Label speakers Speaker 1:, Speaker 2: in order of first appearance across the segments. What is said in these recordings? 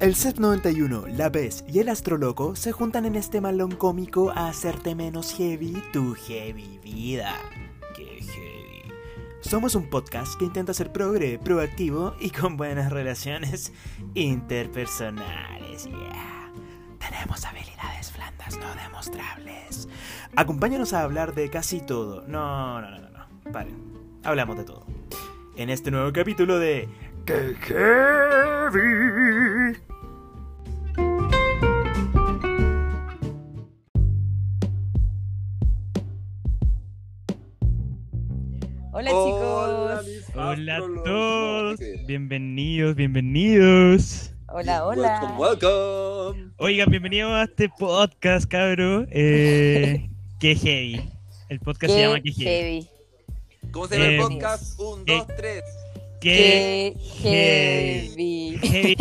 Speaker 1: El set 91, La Vez y el Astroloco se juntan en este malón cómico a hacerte menos heavy tu heavy vida. ¡Qué heavy! Somos un podcast que intenta ser progre, proactivo y con buenas relaciones interpersonales. Yeah. Tenemos habilidades blandas no demostrables. Acompáñanos a hablar de casi todo. No, no, no, no, no. Paren. Hablamos de todo. En este nuevo capítulo de ¡Qué heavy!
Speaker 2: Hola chicos.
Speaker 3: mis
Speaker 4: Hola a
Speaker 3: astrólogos.
Speaker 4: todos,
Speaker 3: Sí.
Speaker 4: bienvenidos, bienvenidos.
Speaker 2: Hola, hola.
Speaker 3: Welcome, welcome.
Speaker 4: Oigan, bienvenidos a este podcast, cabro. Eh, qué heavy. El podcast se llama Qué heavy.
Speaker 3: ¿Cómo se llama el
Speaker 4: Eh,
Speaker 3: podcast? Un,
Speaker 4: eh,
Speaker 3: dos, tres.
Speaker 4: Qué
Speaker 2: Qué heavy.
Speaker 4: heavy.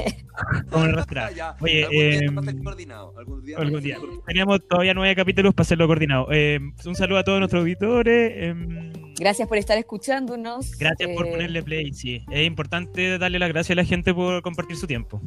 Speaker 4: Como el rastro.
Speaker 3: Ya,
Speaker 4: Oye,
Speaker 3: algún día
Speaker 4: em,
Speaker 3: va a ser coordinado. Algún día.
Speaker 4: Algún día. Teníamos todavía nueve capítulos para hacerlo coordinado. Eh, un saludo a todos nuestros auditores. em,
Speaker 2: Gracias por estar escuchándonos.
Speaker 4: gracias por
Speaker 2: Eh,
Speaker 4: ponerle play. Sí, es importante darle las gracias a la gente por compartir su tiempo.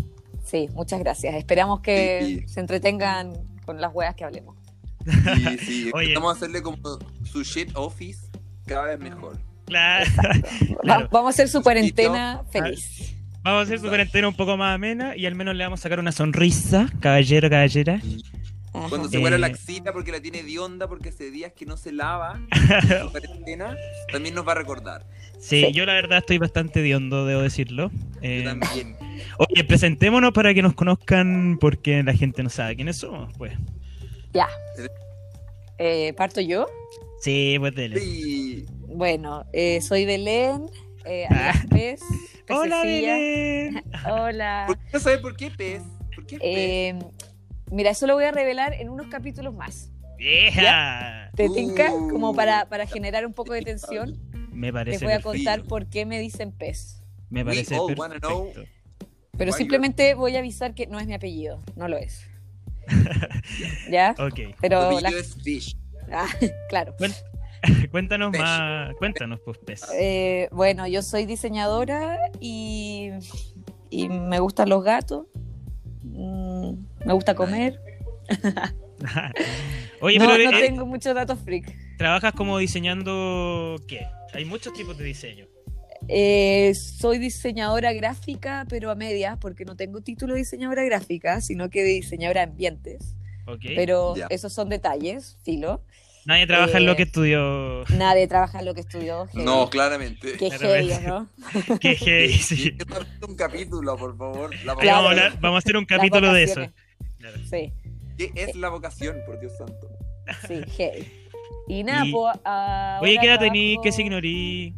Speaker 2: Sí, muchas gracias. Esperamos que
Speaker 3: Sí.
Speaker 2: se entretengan con las weas que hablemos.
Speaker 3: Y sí,
Speaker 4: Oye.
Speaker 3: vamos a hacerle como su shit office cada vez mejor.
Speaker 4: Claro.
Speaker 2: Va-
Speaker 4: Claro.
Speaker 2: Vamos a hacer su
Speaker 3: Ah,
Speaker 2: cuarentena feliz.
Speaker 4: Vamos a hacer su cuarentena un poco más amena y al menos le vamos a sacar una sonrisa, caballero, caballera.
Speaker 2: Ajá.
Speaker 3: Cuando se
Speaker 4: Eh.
Speaker 3: muera la axila porque la tiene de onda, porque hace días que no se lava, su cuarentena, también nos va a recordar.
Speaker 4: Sí,
Speaker 2: Sí.
Speaker 4: yo la verdad estoy bastante hediondo, debo decirlo. Eh,
Speaker 3: Yo también.
Speaker 4: oye, presentémonos para que nos conozcan porque la gente no sabe quiénes somos, pues.
Speaker 2: Ya. Eh, Parto yo.
Speaker 4: Sí, pues dele.
Speaker 3: Sí.
Speaker 2: Bueno, eh, soy Belén. Eh,
Speaker 4: Ah.
Speaker 2: alias Pez, Pues
Speaker 4: Hola,
Speaker 2: pececilla.
Speaker 4: Belén.
Speaker 2: Hola.
Speaker 3: ¿Por qué no sabes por qué pez? ¿Por qué pez?
Speaker 2: Eh, mira, eso lo voy a revelar en unos capítulos más.
Speaker 4: Vieja.
Speaker 2: ¿Te tinca?
Speaker 3: Uh.
Speaker 2: Como para, para generar un poco de tensión.
Speaker 4: Me
Speaker 2: Les
Speaker 4: parece
Speaker 2: voy a
Speaker 4: perfecto.
Speaker 2: contar por qué me dicen pez.
Speaker 4: Me
Speaker 3: We
Speaker 4: parece
Speaker 3: all wanna know.
Speaker 4: perfecto.
Speaker 2: Pero
Speaker 3: Why
Speaker 2: simplemente voy a avisar que no es mi apellido, no lo es. ¿Ya?
Speaker 4: Ok.
Speaker 2: Pero
Speaker 3: Tobillo
Speaker 2: la...
Speaker 3: es fish.
Speaker 2: Ah, claro.
Speaker 4: Cuéntanos
Speaker 3: Pez.
Speaker 4: más. Cuéntanos, pues, pez.
Speaker 2: Eh, bueno, yo soy diseñadora y, y me gustan los gatos. Mm, me gusta comer.
Speaker 4: oye,
Speaker 2: no,
Speaker 4: pero
Speaker 2: no
Speaker 4: eh,
Speaker 2: tengo muchos datos freak.
Speaker 4: trabajas como diseñando qué? Hay muchos tipos de diseño.
Speaker 2: Eh, soy diseñadora gráfica, pero a medias, porque no tengo título de diseñadora gráfica, sino que de diseñadora de ambientes.
Speaker 4: Ok.
Speaker 2: Pero
Speaker 3: Ya.
Speaker 2: esos son detalles, filo.
Speaker 4: Nadie trabaja en lo
Speaker 2: eh,
Speaker 4: que estudió.
Speaker 2: Nadie trabaja en lo que estudió. heavy.
Speaker 3: No, claramente.
Speaker 2: Qué
Speaker 4: Claramente.
Speaker 2: heavy, ¿no?
Speaker 4: Qué heavy, sí.
Speaker 3: Sí, Un capítulo, por favor. La
Speaker 4: Ahí vamos, a
Speaker 2: Claro.
Speaker 4: hablar- vamos a hacer un
Speaker 2: Las
Speaker 4: capítulo de eso.
Speaker 2: vocaciones. Sí.
Speaker 3: ¿Qué es la vocación, por Dios santo?
Speaker 2: Sí, heavy. Y nada,
Speaker 4: Y-
Speaker 2: pues. ahora
Speaker 4: Oye, ¿qué edad tení?
Speaker 2: trabajo-
Speaker 4: ¿Qué signo erí?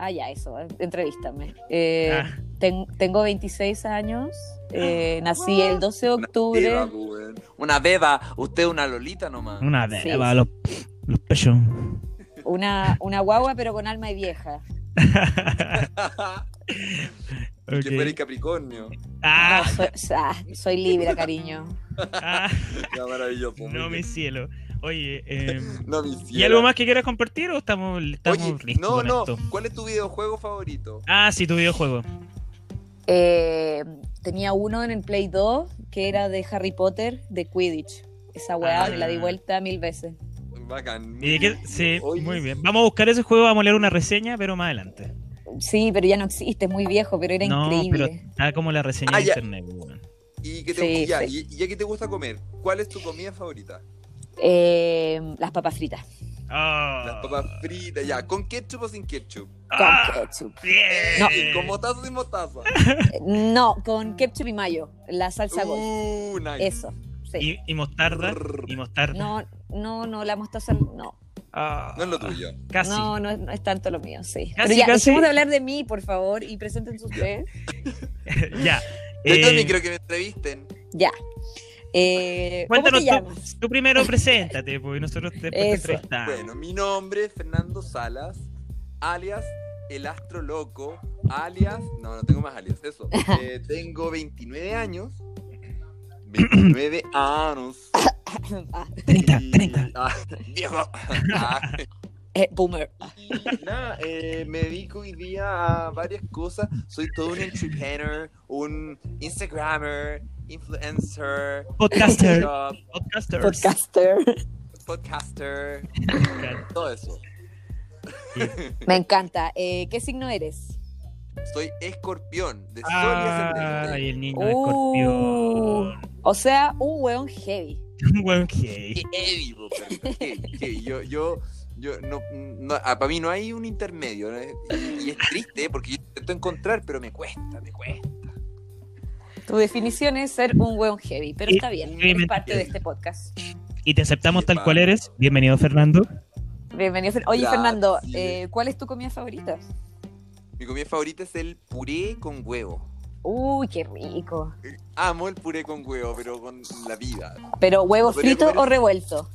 Speaker 2: Ah, ya, eso, eh, entrevístame. Eh,
Speaker 4: Ah,
Speaker 2: ten- tengo 26 años, eh, nací el 12 de
Speaker 3: Beba,
Speaker 2: octubre.
Speaker 3: pues, weón. Una beba, usted una lolita nomás.
Speaker 4: una
Speaker 2: sí,
Speaker 4: vez,
Speaker 2: sí.
Speaker 4: va, los, los pechos.
Speaker 2: Una, una guagua, pero con alma de vieja.
Speaker 3: que
Speaker 4: Ok.
Speaker 3: fuera el Capricornio.
Speaker 4: Ah,
Speaker 2: No, soy, ah, soy libre, cariño.
Speaker 4: ah,
Speaker 3: Ya, maravilloso. muy
Speaker 4: no, mi
Speaker 3: bien.
Speaker 4: cielo. Oye, eh,
Speaker 3: No, mi
Speaker 4: ¿y
Speaker 3: cielo.
Speaker 4: algo más que quieras compartir o estamos, estamos
Speaker 3: Oye,
Speaker 4: listos
Speaker 3: no,
Speaker 4: con
Speaker 3: no.
Speaker 4: esto?
Speaker 3: ¿Cuál es tu videojuego favorito?
Speaker 4: Ah, sí, tu videojuego.
Speaker 2: Eh, tenía uno en el Play 2 que era de Harry Potter, de Quidditch. Esa weá
Speaker 4: Ah.
Speaker 2: me la di vuelta mil veces.
Speaker 3: Bacán. muy
Speaker 4: ¿Y de qué?
Speaker 3: bien.
Speaker 4: Sí,
Speaker 3: Oye,
Speaker 4: muy bien. Vamos a buscar ese juego, vamos a leer una reseña, pero más adelante.
Speaker 2: Sí, pero ya no existe, es muy viejo, pero era
Speaker 4: no,
Speaker 2: increíble.
Speaker 4: pero está como la reseña
Speaker 3: Ah,
Speaker 4: de
Speaker 3: ya.
Speaker 4: internet. weón.
Speaker 3: Y que te,
Speaker 2: Sí,
Speaker 3: ya,
Speaker 2: sí.
Speaker 3: y- y ya que te gusta comer, ¿cuál es tu comida favorita?
Speaker 2: Eh, las papas fritas.
Speaker 4: Ah,
Speaker 3: Las papas fritas, ya. ¿Con ketchup o sin ketchup?
Speaker 2: Con
Speaker 4: ah,
Speaker 2: ketchup.
Speaker 4: bien.
Speaker 2: No.
Speaker 3: Eh, ¿Con mostaza o sin mostaza?
Speaker 2: No, con ketchup y mayo, la salsa golf.
Speaker 3: Uh, nice.
Speaker 2: Eso, sí.
Speaker 4: Y, y mostarda. Y mostarda.
Speaker 2: No, no, no, la mostaza no.
Speaker 4: Ah,
Speaker 3: No es lo tuyo.
Speaker 4: Casi.
Speaker 2: No, no, no es tanto lo mío, sí.
Speaker 4: Casi,
Speaker 2: Pero ya,
Speaker 4: casi.
Speaker 2: dejemos de hablar de mí, por favor, y presenten ustedes.
Speaker 4: ya.
Speaker 3: Yo
Speaker 4: eh,
Speaker 3: también quiero que me entrevisten.
Speaker 2: Ya. Eh, ¿Cómo te
Speaker 4: Cuéntanos
Speaker 2: llamas?
Speaker 4: tú, tú primero preséntate, porque nosotros después te
Speaker 2: Eso.
Speaker 4: entrevistamos.
Speaker 3: Bueno, mi nombre es Fernando Salas, alias El Astro Loco, alias... No, no tengo más alias, eso. Eh, tengo 29 años. 29 años.
Speaker 2: Ah,
Speaker 4: 30,
Speaker 3: y-
Speaker 4: 30.
Speaker 3: Ah, viejo. Ah,
Speaker 2: Eh, boomer.
Speaker 3: Y nada, eh, me dedico hoy día a varias cosas. Soy todo un entrepreneur, un Instagrammer, influencer,
Speaker 4: Podcaster.
Speaker 3: job,
Speaker 4: Podcasters.
Speaker 2: Podcaster.
Speaker 3: podcaster,
Speaker 4: Podcast.
Speaker 3: todo eso.
Speaker 2: Me encanta. Eh, ¿Qué signo eres?
Speaker 3: Soy escorpión de Sol y
Speaker 4: Ah,
Speaker 3: ascendente.
Speaker 4: Ay, el niño de
Speaker 2: Uh,
Speaker 4: escorpión.
Speaker 2: o sea, un hueón heavy.
Speaker 4: Un hueón gay.
Speaker 3: Qué heavy, po, perro, qué- qué- Yo, yo, yo, no, no, ah, para mí no hay un intermedio. ¿no? Y, y es triste porque yo intento encontrar, pero me cuesta, me cuesta.
Speaker 2: Tu definición es ser un hueón heavy, pero está bien. Es
Speaker 4: Increíble.
Speaker 2: parte de este podcast.
Speaker 4: Y te aceptamos tal cual
Speaker 3: Epa.
Speaker 4: eres. Bienvenido, Fernando.
Speaker 2: Bienvenido. Fer- Oye,
Speaker 3: Gracias.
Speaker 2: Fernando, eh, ¿cuál es tu comida favorita?
Speaker 3: Mi comida favorita es el puré con huevo.
Speaker 2: Uy, qué rico.
Speaker 3: Amo el puré con huevo, pero con la vida.
Speaker 2: ¿Pero huevo
Speaker 3: Podría
Speaker 2: frito
Speaker 3: comer-
Speaker 2: o revuelto?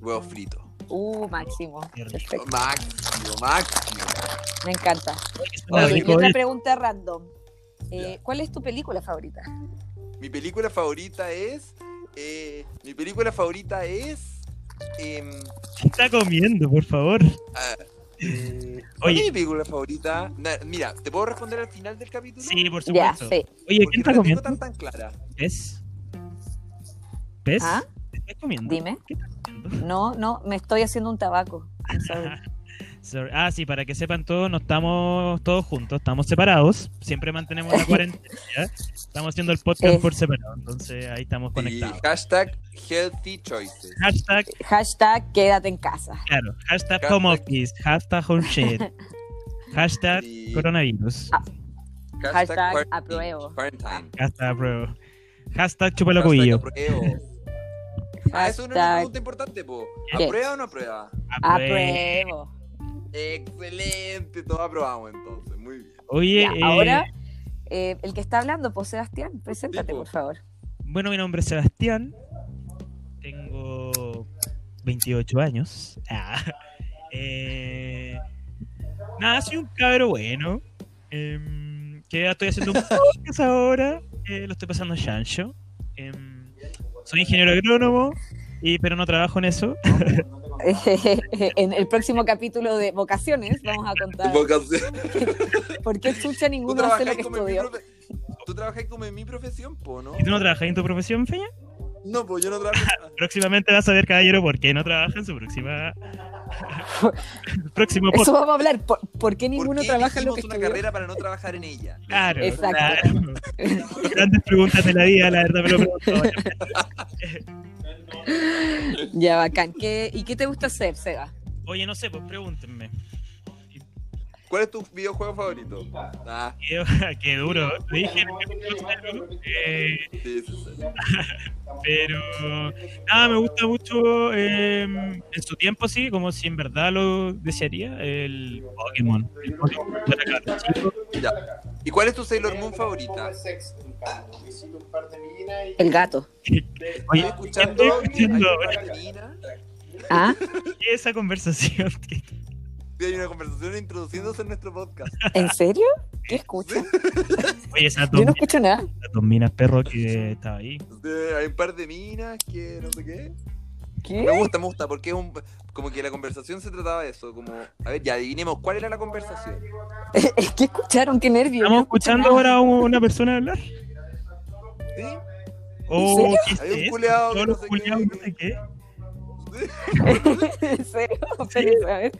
Speaker 3: Huevo frito.
Speaker 2: Uh, máximo.
Speaker 4: Qué rico.
Speaker 2: Perfecto.
Speaker 3: Máximo, máximo.
Speaker 2: Me encanta.
Speaker 4: Suena
Speaker 2: Oye, y
Speaker 4: rico
Speaker 2: otra
Speaker 4: esto.
Speaker 2: pregunta random. Eh, ¿Cuál es tu película favorita?
Speaker 3: Mi película favorita es. eh, mi película favorita es. em, ah,
Speaker 4: ¿Qué está comiendo, por favor?
Speaker 3: eh, ¿cuál es
Speaker 4: Oye,
Speaker 3: mi película favorita? Na- mira, ¿te puedo responder al final del capítulo?
Speaker 4: sí, por
Speaker 2: Ya,
Speaker 4: supuesto.
Speaker 2: sí.
Speaker 4: Oye,
Speaker 3: Porque no
Speaker 4: ¿quién está
Speaker 3: la tengo
Speaker 4: comiendo?
Speaker 3: tan, tan clara.
Speaker 4: ¿Ves? ¿Ves?
Speaker 2: ¿Ah?
Speaker 4: ¿Qué estás comiendo?
Speaker 2: Dime.
Speaker 4: ¿Qué estás comiendo?
Speaker 2: No, no, me estoy haciendo un tabaco. I'm sorry.
Speaker 4: Sorry. Ah, sí, para que sepan todos, no estamos todos juntos, estamos separados. Siempre mantenemos la cuarentena. ¿ya? Estamos haciendo el podcast
Speaker 2: Eh.
Speaker 4: por separado, entonces ahí estamos
Speaker 3: Y
Speaker 4: conectados.
Speaker 3: hashtag healthy choices.
Speaker 4: Hashtag,
Speaker 2: Hashtag quédate en casa.
Speaker 4: claro, hashtag home
Speaker 3: Hashtag-
Speaker 4: office, hashtag home shit, hashtag
Speaker 3: Y
Speaker 4: coronavirus,
Speaker 2: Ah. Hashtag
Speaker 3: quarantine-
Speaker 2: apruebo.
Speaker 3: Quarantine.
Speaker 4: hashtag bro, hashtag chupalo
Speaker 3: Hashtag
Speaker 4: cubillo.
Speaker 3: apruebo. Ah, eso no es una
Speaker 2: Hashtag
Speaker 3: pregunta importante, po.
Speaker 2: ¿Qué?
Speaker 3: ¿Aprueba o no aprueba?
Speaker 2: apruebo.
Speaker 3: Excelente, todos aprobamos entonces. Muy bien.
Speaker 4: Oye,
Speaker 2: Ya,
Speaker 4: eh,
Speaker 2: ahora, eh, el que está hablando, pues Sebastián, preséntate,
Speaker 3: po.
Speaker 2: por favor.
Speaker 4: bueno, mi nombre es Sebastián, tengo 28 años. Ah, eh, nada, soy un cabro bueno. em, que ya estoy haciendo un podcast ahora. eh, lo estoy pasando chancho. em, soy ingeniero agrónomo, y, pero no trabajo en eso.
Speaker 2: en el próximo capítulo de Vocaciones vamos a contar
Speaker 3: Vocación.
Speaker 2: por qué chucha
Speaker 3: Tú
Speaker 2: ninguno hace lo
Speaker 3: trabajas
Speaker 2: que
Speaker 3: como en mi
Speaker 2: estudió.
Speaker 3: profe- Tú trabajas como en mi profesión, po, ¿no?
Speaker 4: ¿Y tú no trabajas en tu profesión, Feña?
Speaker 3: No, pues yo no trabajo.
Speaker 4: Próximamente vas a ver, caballero, por qué no trabaja en su próxima. próximo
Speaker 2: Eso
Speaker 4: podcast.
Speaker 2: vamos a hablar, por, por qué
Speaker 3: ¿Por
Speaker 2: ninguno
Speaker 3: qué
Speaker 2: trabaja en lo que
Speaker 3: elegimos una
Speaker 2: estudió.
Speaker 3: carrera para no trabajar en ella?
Speaker 4: Claro,
Speaker 2: Exacto.
Speaker 4: claro. Grandes preguntas de la vida, la verdad, me lo pregunto.
Speaker 2: Ya, bacán. ¿Qué- ¿Y qué te gusta hacer, Seba?
Speaker 4: Oye, no sé, pues pregúntenme.
Speaker 3: ¿Cuál es tu videojuego favorito? Ah,
Speaker 4: Qué, qué duro. Lo dije en el capítulo pasado, eh,
Speaker 3: sí, sí, sí.
Speaker 4: pero nada, me gusta mucho eh, en su tiempo, sí, como si en verdad lo desearía, el Pokémon. El Pokémon era claro, chico.
Speaker 3: Ya. ¿Y cuál es tu Sailor Moon favorita?
Speaker 2: El gato.
Speaker 4: Oye,
Speaker 3: ¿Estoy escuchando?
Speaker 4: estoy
Speaker 3: ¿Hay
Speaker 4: escuchando ahora.
Speaker 3: una femenina?
Speaker 2: ¿Ah?
Speaker 4: ¿Qué es esa conversación? que-
Speaker 3: Sí, Hay una conversación introduciéndose en nuestro podcast.
Speaker 2: ¿En serio? ¿Qué escuchas?
Speaker 4: Oye, esas dos,
Speaker 2: Yo no
Speaker 4: minas-
Speaker 2: escucho nada.
Speaker 4: esas dos minas perro que estaba ahí.
Speaker 3: De- Hay un par de minas que no sé
Speaker 2: ¿Eh?
Speaker 3: qué. Me
Speaker 2: ¿Qué?
Speaker 3: gusta, me gusta, porque es un, como que la conversación se trataba de eso. Como, a ver, ya adivinemos cuál era la conversación.
Speaker 2: Es que escucharon, qué nervio. yo no
Speaker 4: ¿Estamos
Speaker 2: escucho
Speaker 4: escuchando
Speaker 2: nada.
Speaker 4: ahora a una persona hablar?
Speaker 3: ¿Sí?
Speaker 4: ¿O qué es
Speaker 3: Hay un
Speaker 4: eso?
Speaker 3: culeado que
Speaker 4: Todos
Speaker 3: no
Speaker 4: los
Speaker 3: sé
Speaker 4: culeados,
Speaker 3: qué.
Speaker 4: no sé qué.
Speaker 2: ¿Eh? ¿En serio? Pero, ¿sabes?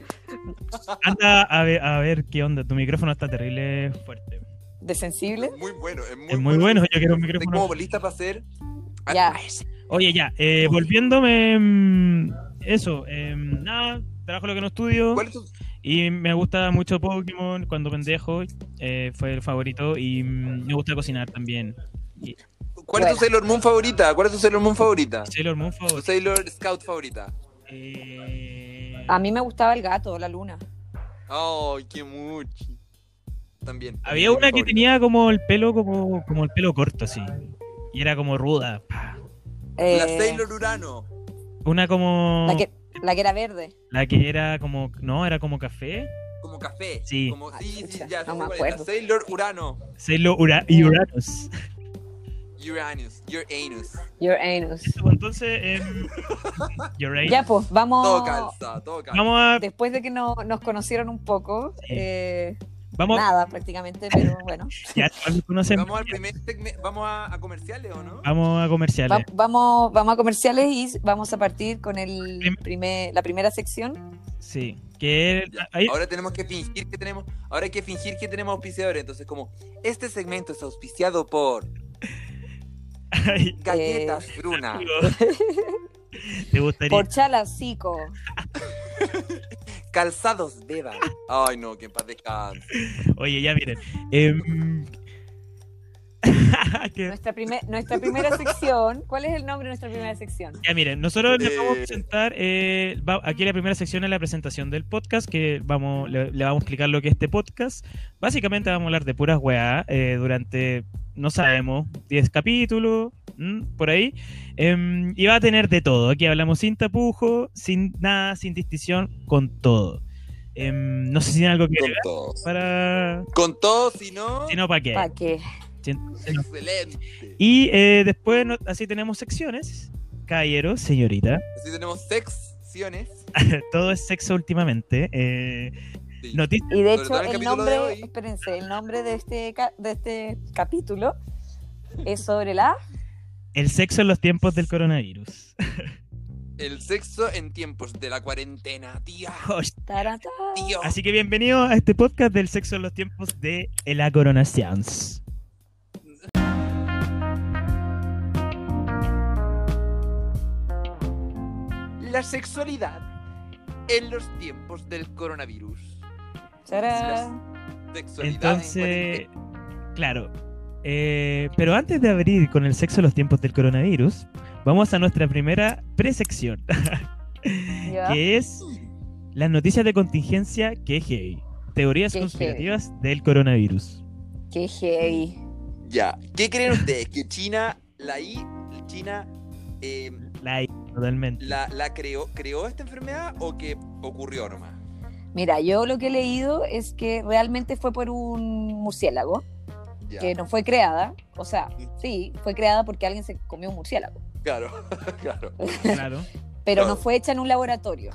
Speaker 4: Anda a ver, a ver qué onda. Tu micrófono está terrible fuerte.
Speaker 2: ¿De sensible?
Speaker 3: Es muy bueno, es muy,
Speaker 4: Es muy bueno, yo quiero un
Speaker 3: Estoy
Speaker 4: micrófono.
Speaker 3: como lista para hacer. Ah,
Speaker 2: Ya.
Speaker 4: Oye, ya, eh, volviéndome. mm, Eso, em, nada, trabajo lo que no estudio.
Speaker 3: ¿Cuál es tu,
Speaker 4: Y me gusta mucho Pokémon cuando pendejo. eh, fue el favorito. Y mm, me gusta cocinar también.
Speaker 3: cuál es tu
Speaker 2: Bueno.
Speaker 3: Sailor Moon favorita? ¿Cuál es tu Sailor Moon favorita?
Speaker 4: Sailor Moon, por
Speaker 3: ¿Tu
Speaker 4: favor.
Speaker 3: Sailor Scout favorita?
Speaker 4: Eh,
Speaker 2: A mí me gustaba el gato, la luna.
Speaker 3: Ay, qué mucho. También.
Speaker 4: Había
Speaker 3: mi
Speaker 4: una que
Speaker 3: favorita.
Speaker 4: tenía como el pelo como, como el pelo corto, así. Y era como ruda. pa.
Speaker 3: La
Speaker 2: Eh,
Speaker 3: Sailor Urano.
Speaker 4: Una como.
Speaker 2: la que, la que era verde.
Speaker 4: la que era como. No, era como café.
Speaker 3: Como café.
Speaker 4: Sí.
Speaker 3: Como, sí,
Speaker 2: Ah,
Speaker 3: sí,
Speaker 2: chucha,
Speaker 3: ya. sé
Speaker 2: no me
Speaker 3: cuál es. La
Speaker 2: acuerdo.
Speaker 3: Sailor Urano.
Speaker 4: Sailor Ura y Uranus.
Speaker 3: Y Your anus. Your anus.
Speaker 2: Your anus.
Speaker 4: Eso, pues, entonces, em, your anus.
Speaker 2: Ya, pues, vamos.
Speaker 3: Todo calza, todo calza.
Speaker 4: Vamos a,
Speaker 2: Después de que no- nos conocieron un poco,
Speaker 4: Sí.
Speaker 2: eh,
Speaker 4: vamos, a-
Speaker 2: nada prácticamente, pero bueno.
Speaker 4: ya, nos conocemos,
Speaker 3: Vamos al primer segmento. Vamos a, a comerciales, ¿o no?
Speaker 4: vamos a comerciales.
Speaker 2: Va- vamos, vamos a comerciales y vamos a partir con el
Speaker 4: Prim-
Speaker 2: primer, la primera sección.
Speaker 4: Sí, que
Speaker 3: Ya.
Speaker 4: ahí-
Speaker 3: Ahora tenemos que fingir que tenemos. Ahora hay que fingir que tenemos auspiciadores. Entonces, como este segmento es auspiciado por
Speaker 4: ahí-
Speaker 3: Galletas
Speaker 2: Eh.
Speaker 3: Bruna.
Speaker 4: ¿Te gustaría?
Speaker 2: Por Chalacico.
Speaker 3: Calzados Beba. Ay, no, que en paz descanse.
Speaker 4: Oye, ya miren. em, que-
Speaker 2: Nuestra, primer- nuestra primera sección. ¿Cuál es el nombre de nuestra primera sección?
Speaker 4: ya miren, nosotros les vamos a
Speaker 3: Eh.
Speaker 4: presentar. eh, va- aquí la primera sección es la presentación del podcast, que vamos, le, le vamos a explicar lo que es este podcast. Básicamente vamos a hablar de puras weá eh, durante, no sabemos, 10 capítulos, ¿m? por ahí. Em, y va a tener de todo. Aquí hablamos sin tapujo, sin nada, sin distinción, con todo. Em, no sé si tiene algo que
Speaker 3: Con
Speaker 4: agregar
Speaker 3: todos.
Speaker 4: para.
Speaker 3: Con todos, si no.
Speaker 4: Si no, ¿para qué?
Speaker 2: ¿Para qué?
Speaker 4: Si no, si no.
Speaker 3: Excelente.
Speaker 4: Y eh, después no- así tenemos secciones. Caballero, señorita.
Speaker 3: Así tenemos secciones.
Speaker 4: Todo es sexo últimamente. eh,
Speaker 3: Sí.
Speaker 4: noticias.
Speaker 2: Y de
Speaker 3: Sobre todo
Speaker 2: hecho,
Speaker 3: en el
Speaker 2: el
Speaker 3: capítulo de
Speaker 2: nombre,
Speaker 3: hoy.
Speaker 2: espérense, el nombre de este, ca- de este capítulo es sobre la.
Speaker 4: El sexo en los tiempos del coronavirus.
Speaker 3: El sexo en tiempos de la cuarentena. Tía,
Speaker 2: Tarata.
Speaker 3: tío.
Speaker 4: Así que bienvenido a este podcast del sexo en los tiempos de la coronación.
Speaker 3: La sexualidad en los tiempos del coronavirus.
Speaker 2: Tará.
Speaker 3: Sexualidad
Speaker 4: Entonces,
Speaker 3: en
Speaker 4: claro. eh, pero antes de abrir con el sexo en los tiempos del coronavirus, vamos a nuestra primera presección,
Speaker 2: Ya.
Speaker 4: que es
Speaker 3: cuarentena.
Speaker 4: las noticias de contingencia que es heavy. Teorías
Speaker 2: Qué heavy.
Speaker 4: conspirativas del coronavirus.
Speaker 2: Qué heavy.
Speaker 3: Ya, ¿qué creen ustedes? ¿Que China, la I, China, eh,
Speaker 4: La totalmente.
Speaker 3: la, la creó, creó esta enfermedad o que ocurrió nomás?
Speaker 2: Mira, yo lo que he leído es que realmente fue por un murciélago,
Speaker 3: Ya,
Speaker 2: que no fue creada. O sea, sí, fue creada porque alguien se comió un murciélago,
Speaker 3: claro, claro.
Speaker 4: Claro.
Speaker 2: pero no
Speaker 3: Claro.
Speaker 2: fue hecha en un laboratorio.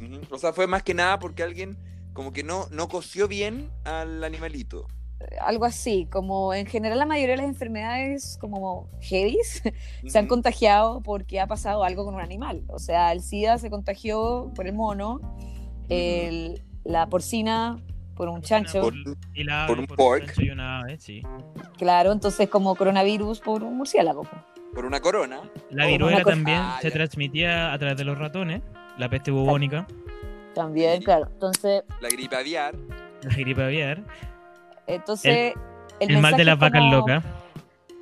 Speaker 3: Ujú. O sea, fue más que nada porque alguien como que no, no coció bien al animalito.
Speaker 2: Algo así, como en general la mayoría de las enfermedades como heavies se han
Speaker 3: Ujú.
Speaker 2: contagiado porque ha pasado algo con un animal. O sea, el SIDA se contagió por el mono, el- la porcina por un chancho,
Speaker 3: Por-
Speaker 4: Y la
Speaker 3: Por
Speaker 4: ave,
Speaker 3: un
Speaker 4: por
Speaker 3: pork.
Speaker 4: chancho y una ave, sí.
Speaker 2: claro, entonces como coronavirus por un murciélago. po.
Speaker 3: por una corona.
Speaker 4: La
Speaker 3: Oh,
Speaker 4: viruela
Speaker 2: una cosa-
Speaker 4: también
Speaker 3: Ah,
Speaker 4: se
Speaker 3: ya.
Speaker 4: transmitía a través de los ratones, la peste bubónica,
Speaker 2: También, claro. Entonces,
Speaker 3: la gripe aviar.
Speaker 4: la gripe aviar,
Speaker 2: entonces
Speaker 4: el, mal
Speaker 2: mensaje
Speaker 4: de las
Speaker 2: es
Speaker 4: vacas
Speaker 2: como-
Speaker 4: locas.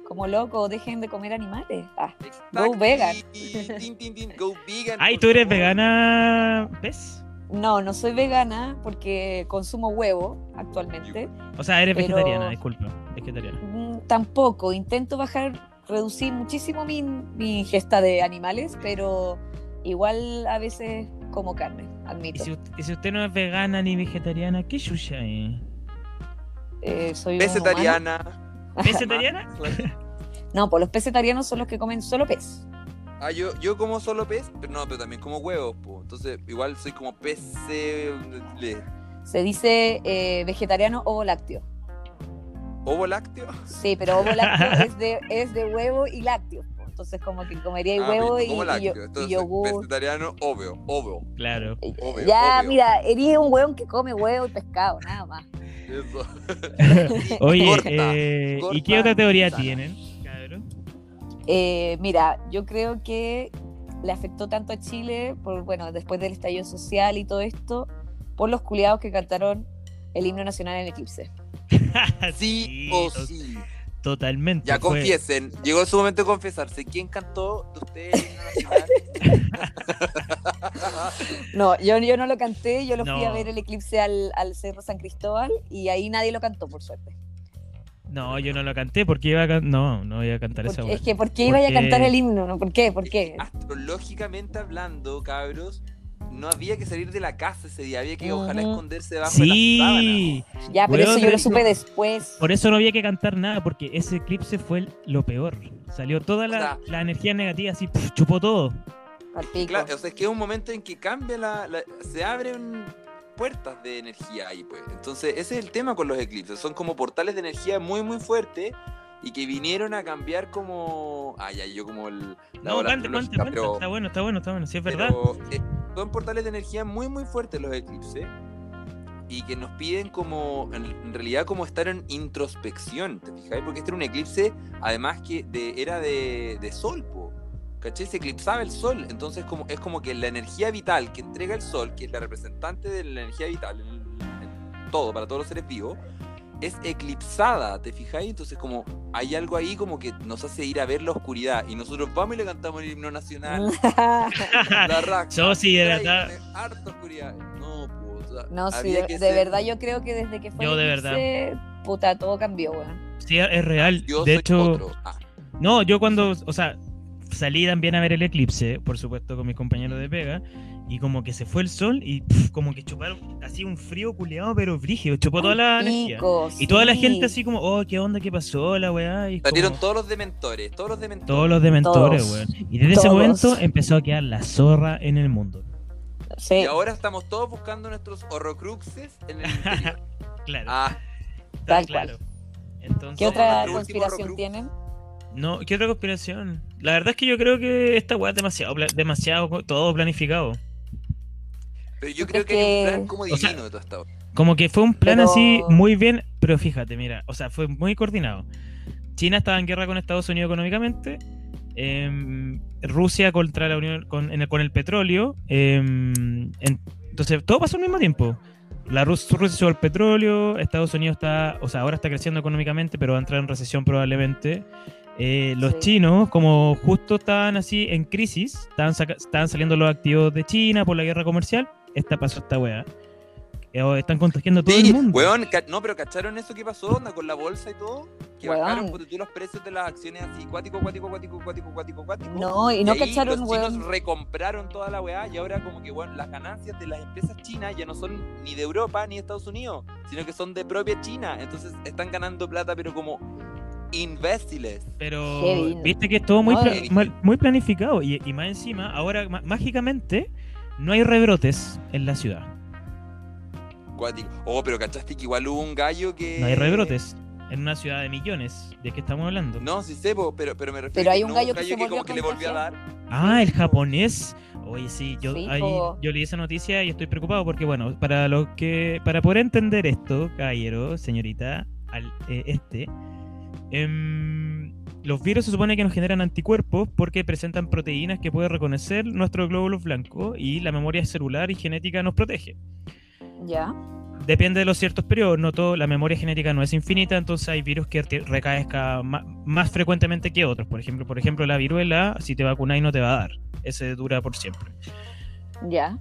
Speaker 2: Como loco, dejen de comer animales. Ah,
Speaker 3: Exacto.
Speaker 2: vegan.
Speaker 3: Y- tin, tin, tin, go vegan,
Speaker 4: Ay,
Speaker 3: por
Speaker 4: tú eres
Speaker 3: favor.
Speaker 4: vegana, ¿ves?
Speaker 2: no, no soy vegana porque consumo huevo actualmente.
Speaker 4: O sea, eres
Speaker 2: Pero-
Speaker 4: vegetariana, disculpa, vegetariana.
Speaker 2: Mm, Tampoco, intento bajar, reducir muchísimo mi, mi ingesta de animales, pero igual a veces como carne,
Speaker 4: Y
Speaker 2: admito.
Speaker 4: si, ut- y si usted no es vegana ni vegetariana, ¿qué chucha es?
Speaker 2: Eh, soy un
Speaker 3: Vegetariana.
Speaker 4: ¿Vegetariana?
Speaker 2: humano. No, pues los pesetarianos son los que comen solo pez.
Speaker 3: Ah, yo, yo como solo pez, pero no, pero también como huevos, po. Entonces, igual soy como pez. eh, le-
Speaker 2: Se dice eh, vegetariano ovo lácteo.
Speaker 3: Ovo lácteo.
Speaker 2: Sí, pero ovo lácteo es, de, es de huevo y lácteo. po. Entonces como que comería el
Speaker 3: Ah,
Speaker 2: huevo
Speaker 3: pero
Speaker 2: y,
Speaker 3: como
Speaker 2: y yo-
Speaker 3: lácteo.
Speaker 2: y
Speaker 3: Entonces,
Speaker 2: yogur.
Speaker 3: vegetariano, obvio, obvio.
Speaker 4: Claro.
Speaker 3: Obvio,
Speaker 2: ya,
Speaker 3: obvio.
Speaker 2: mira, eres un hueón que come huevo y pescado, nada más.
Speaker 3: Eso.
Speaker 4: Oye,
Speaker 3: Corta,
Speaker 4: eh, ¿y qué
Speaker 3: corta,
Speaker 4: otra teoría
Speaker 3: sana.
Speaker 4: tienen? Claro.
Speaker 2: Eh, mira, yo creo que le afectó tanto a Chile, por, bueno, después del estallido social y todo esto, por los culiados que cantaron el himno nacional en Eclipse.
Speaker 3: Sí o
Speaker 4: to-
Speaker 3: sí.
Speaker 4: Totalmente.
Speaker 3: Ya
Speaker 4: fue-
Speaker 3: confiesen. Llegó su momento de confesarse. ¿Quién cantó de ustedes? el himno nacional?
Speaker 2: No, yo, yo no lo canté, yo lo fui a
Speaker 4: No.
Speaker 2: ver el Eclipse al, al Cerro San Cristóbal y ahí nadie lo cantó, por suerte.
Speaker 4: No, yo no lo canté porque iba a cantar. No, no iba a cantar
Speaker 2: Porque-
Speaker 4: esa
Speaker 2: es
Speaker 4: hueá.
Speaker 2: que, ¿por qué iba a
Speaker 4: Porque-
Speaker 3: Ah,
Speaker 2: cantar el himno? ¿no? ¿Por qué? ¿Por qué?
Speaker 3: Astrológicamente hablando, cabros, no había que salir de la casa ese día, había que ojalá
Speaker 2: Ujú.
Speaker 3: esconderse debajo de las sábanas.
Speaker 4: Sí,
Speaker 2: Ya, pero
Speaker 4: Weón,
Speaker 2: eso yo lo
Speaker 4: pero-
Speaker 2: supe después.
Speaker 4: por eso no había que cantar nada, porque ese eclipse fue el- lo peor. Salió toda la,
Speaker 3: O
Speaker 4: la energía negativa, así pf, chupó todo.
Speaker 2: palpico.
Speaker 3: Claro, o sea, es que es un momento en que cambia la, la- se abren puertas de energía ahí, pues. Entonces, ese es el tema con los eclipses, son como portales de energía muy muy fuertes y que vinieron a cambiar como ay, ay, yo como el la
Speaker 4: No,
Speaker 3: bola
Speaker 4: canta, canta,
Speaker 3: astrológica,
Speaker 4: canta.
Speaker 3: pero-
Speaker 4: Está bueno, está bueno, está bueno. Sí, es verdad.
Speaker 3: Pero, eh, son portales de energía muy, muy fuertes los eclipses. Y que nos piden como, en en realidad, como estar en introspección, ¿te fijáis? Porque este era un eclipse, además que de, era de, de sol, po, ¿cachai? Se eclipsaba el sol. Entonces como, es como que la energía vital que entrega el sol, que es la representante de la energía vital en, el- en todo, para todos los seres vivos, es eclipsada, ¿te fijáis? Entonces como hay algo ahí como que nos hace ir a ver la oscuridad. Y nosotros vamos y le cantamos el himno nacional. La raja.
Speaker 4: Yo sí, de verdad.
Speaker 3: Tráigame harta oscuridad. No, puta.
Speaker 2: no, sí,
Speaker 3: Había
Speaker 2: de,
Speaker 3: que
Speaker 2: de
Speaker 3: ser
Speaker 2: verdad yo creo que desde que fue
Speaker 4: Yo
Speaker 2: el
Speaker 4: de
Speaker 2: eclipse, puta, todo cambió, weón.
Speaker 4: Sí, es real.
Speaker 3: yo
Speaker 4: de
Speaker 3: soy
Speaker 4: hecho,
Speaker 3: otro. Ah,
Speaker 4: no, yo cuando, o sea, salí también a ver el eclipse, por supuesto, con mis compañeros de pega, y como que se fue el sol y pf, como que chuparon, así un frío culeado, pero brígido, chupó toda la energía.
Speaker 2: Palpico,
Speaker 4: Y toda la
Speaker 2: sí.
Speaker 4: gente así como, oh, qué onda, qué pasó, la weá. Y
Speaker 3: salieron
Speaker 4: como-
Speaker 3: todos los dementores, todos los dementores.
Speaker 4: todos los dementores,
Speaker 2: Todos.
Speaker 4: weón. Y desde ese
Speaker 2: Todos.
Speaker 4: momento empezó a quedar la zorra en el mundo.
Speaker 2: Sí.
Speaker 3: Y ahora estamos todos buscando nuestros horrocruxes en el interior.
Speaker 4: Claro,
Speaker 3: Ah,
Speaker 4: está
Speaker 2: tal
Speaker 4: claro. Entonces,
Speaker 2: ¿Qué
Speaker 3: Somos
Speaker 2: otra
Speaker 3: nuestro último
Speaker 2: conspiración
Speaker 3: Horrocrux.
Speaker 2: tienen?
Speaker 4: No, ¿qué otra conspiración? La verdad es que yo creo que esta weá es demasiado, pla- demasiado co- todo planificado.
Speaker 3: pero yo
Speaker 2: Yo
Speaker 3: creo
Speaker 2: creo
Speaker 3: que hay un
Speaker 2: que-
Speaker 3: plan como
Speaker 4: O sea-
Speaker 3: divino de todo esta hora.
Speaker 4: Como que fue un plan
Speaker 2: Pero-
Speaker 4: así muy bien, pero fíjate, mira, o sea, fue muy coordinado. China estaba en guerra con Estados Unidos económicamente, em, Rusia contra la Unión con, en el, con el petróleo, em, en- entonces todo pasó al mismo tiempo. La Rus- Rusia subió el petróleo, Estados Unidos está, o sea, ahora está creciendo económicamente, pero va a entrar en recesión probablemente. Eh, los
Speaker 2: Sí.
Speaker 4: chinos, como justo estaban así en crisis, estaban, saca- estaban saliendo los activos de China por la guerra comercial, esta pasó esta weá. Eh, oh, están contagiando a todo
Speaker 3: Sí,
Speaker 4: el mundo.
Speaker 3: weón, ca- no, pero ¿cacharon eso que pasó? Onda, con la bolsa y todo. Que
Speaker 2: Weón.
Speaker 3: bajaron ponte tú, los precios de las acciones así, cuático, cuático, cuático, cuático, cuático, cuático.
Speaker 2: No, y no
Speaker 3: ahí
Speaker 2: cacharon,
Speaker 3: los chinos
Speaker 2: weón.
Speaker 3: recompraron toda la weá y ahora como que bueno, las ganancias de las empresas chinas ya no son ni de Europa ni de Estados Unidos, sino que son de propia China. Entonces están ganando plata pero como imbéciles.
Speaker 4: Pero
Speaker 2: Heavy, ¿no?
Speaker 4: viste que es todo muy,
Speaker 2: No,
Speaker 4: pla-
Speaker 3: heavy.
Speaker 4: mal- muy planificado. Y, y más encima, ahora ma- mágicamente no hay rebrotes en la ciudad.
Speaker 3: Cuático. Oh, pero cachaste que igual hubo un gallo que...
Speaker 4: No hay rebrotes en una ciudad de millones. ¿De qué estamos hablando?
Speaker 3: No, sí sé, po, pero, pero me refiero
Speaker 2: Pero
Speaker 3: a
Speaker 2: hay
Speaker 3: que
Speaker 2: un
Speaker 3: no,
Speaker 2: gallo que se volvió
Speaker 3: como que le volvió a
Speaker 2: contagiar.
Speaker 3: dar.
Speaker 4: Ah, el japonés. Oye, sí, yo,
Speaker 2: Sí,
Speaker 4: ahí-
Speaker 2: po.
Speaker 4: yo leí esa noticia y estoy preocupado porque, bueno, para los que para poder entender esto, caballero, señorita, al, eh, este, em, los virus se supone que nos generan anticuerpos porque presentan proteínas que puede reconocer nuestro glóbulo blanco y la memoria celular y genética nos protege.
Speaker 2: Ya.
Speaker 4: Depende de los ciertos periodos, no todo, la memoria genética no es infinita, entonces hay virus que te recaezca ma- más, frecuentemente que otros. Por ejemplo, por ejemplo, la viruela, si te vacunáis no te va a dar. Ese dura por siempre.
Speaker 2: Ya.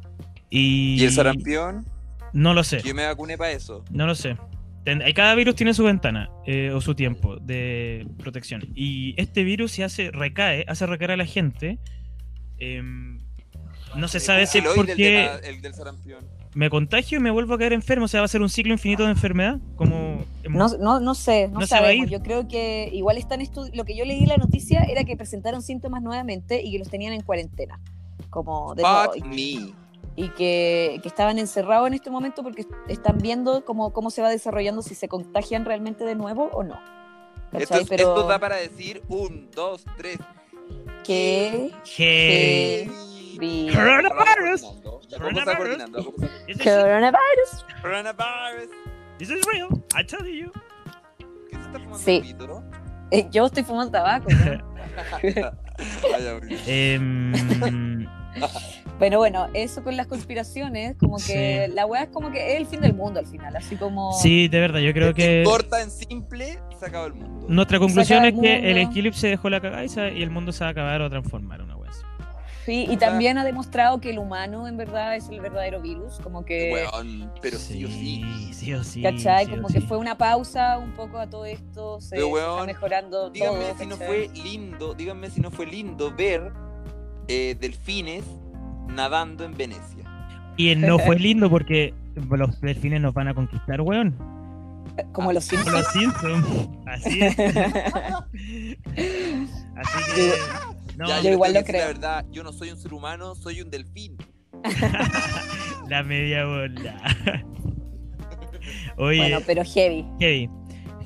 Speaker 4: Y,
Speaker 3: ¿Y el sarampión?
Speaker 4: No lo sé,
Speaker 3: Yo me vacuné para eso.
Speaker 4: no lo sé. Ten- hay- cada virus tiene su ventana eh, o su tiempo de protección. Y este virus se hace, recae, hace recaer a la gente. em, no se sabe si
Speaker 3: El
Speaker 4: es
Speaker 3: Eloy del de
Speaker 4: porque
Speaker 3: la- el del sarampión.
Speaker 4: me contagio y me vuelvo a caer enfermo. O sea, va a ser un ciclo infinito de enfermedad. Como
Speaker 2: No, no, no sé, no,
Speaker 4: No se va a
Speaker 2: sabemos.
Speaker 4: ir.
Speaker 2: Yo creo que igual están estu- Lo que yo leí en la noticia era que presentaron síntomas nuevamente y que los tenían en cuarentena. Como de nuevo,
Speaker 3: Fuck me.
Speaker 2: y que, que estaban encerrados en este momento porque están viendo cómo, cómo se va desarrollando, si se contagian realmente de nuevo o no.
Speaker 3: Esto,
Speaker 2: ¿Cachai?
Speaker 3: es-
Speaker 2: Pero
Speaker 3: esto da para decir un, dos, tres.
Speaker 2: que...
Speaker 4: Hey.
Speaker 2: vi-
Speaker 4: Coronavirus.
Speaker 3: Coronavirus. Coronavirus.
Speaker 4: This is,
Speaker 2: Coronavirus.
Speaker 3: Coronavirus.
Speaker 4: this is real. I tell you.
Speaker 3: ¿Qué se está fumando
Speaker 2: Sí.
Speaker 3: un pito, no?
Speaker 2: Eh, Yo estoy fumando tabaco. ¿no?
Speaker 3: Ay,
Speaker 4: Eh,
Speaker 3: aburrido.
Speaker 4: Em,
Speaker 2: Pero bueno, eso con las conspiraciones, como que
Speaker 4: Sí.
Speaker 2: la weá es como que es el fin del mundo al final, así como...
Speaker 4: sí, de verdad, yo creo que
Speaker 3: Corta en simple, se acaba el mundo.
Speaker 4: nuestra conclusión
Speaker 2: acaba
Speaker 4: es
Speaker 2: el
Speaker 4: que el
Speaker 2: mundo.
Speaker 4: eclipse dejó la cagada y se- y el mundo se va a acabar o transformar una wea así.
Speaker 2: Sí, y también ha demostrado que el humano en verdad es el verdadero virus, como que...
Speaker 3: Weón, pero sí, o sí.
Speaker 4: Sí o sí.
Speaker 2: ¿Cachai?
Speaker 4: sí o
Speaker 2: como
Speaker 4: sí.
Speaker 2: que fue una pausa un poco a todo esto, se,
Speaker 3: Pero,
Speaker 2: se está
Speaker 3: weón,
Speaker 2: mejorando
Speaker 3: Díganme
Speaker 2: todo.
Speaker 3: si no
Speaker 2: ¿cachai?
Speaker 3: fue lindo, díganme si no fue lindo ver eh, delfines nadando en Venecia.
Speaker 4: Y el no fue lindo porque los delfines nos van a conquistar, weón.
Speaker 2: Como los
Speaker 4: Como
Speaker 2: Simpsons.
Speaker 4: los Simpsons. Así es. Así que. No,
Speaker 3: Ya,
Speaker 2: yo igual
Speaker 3: tengo
Speaker 2: lo
Speaker 3: que decir La
Speaker 2: creo.
Speaker 3: verdad, yo no soy un ser humano, soy un delfín.
Speaker 4: la media bola. Oye,
Speaker 2: bueno, pero heavy.
Speaker 4: heavy.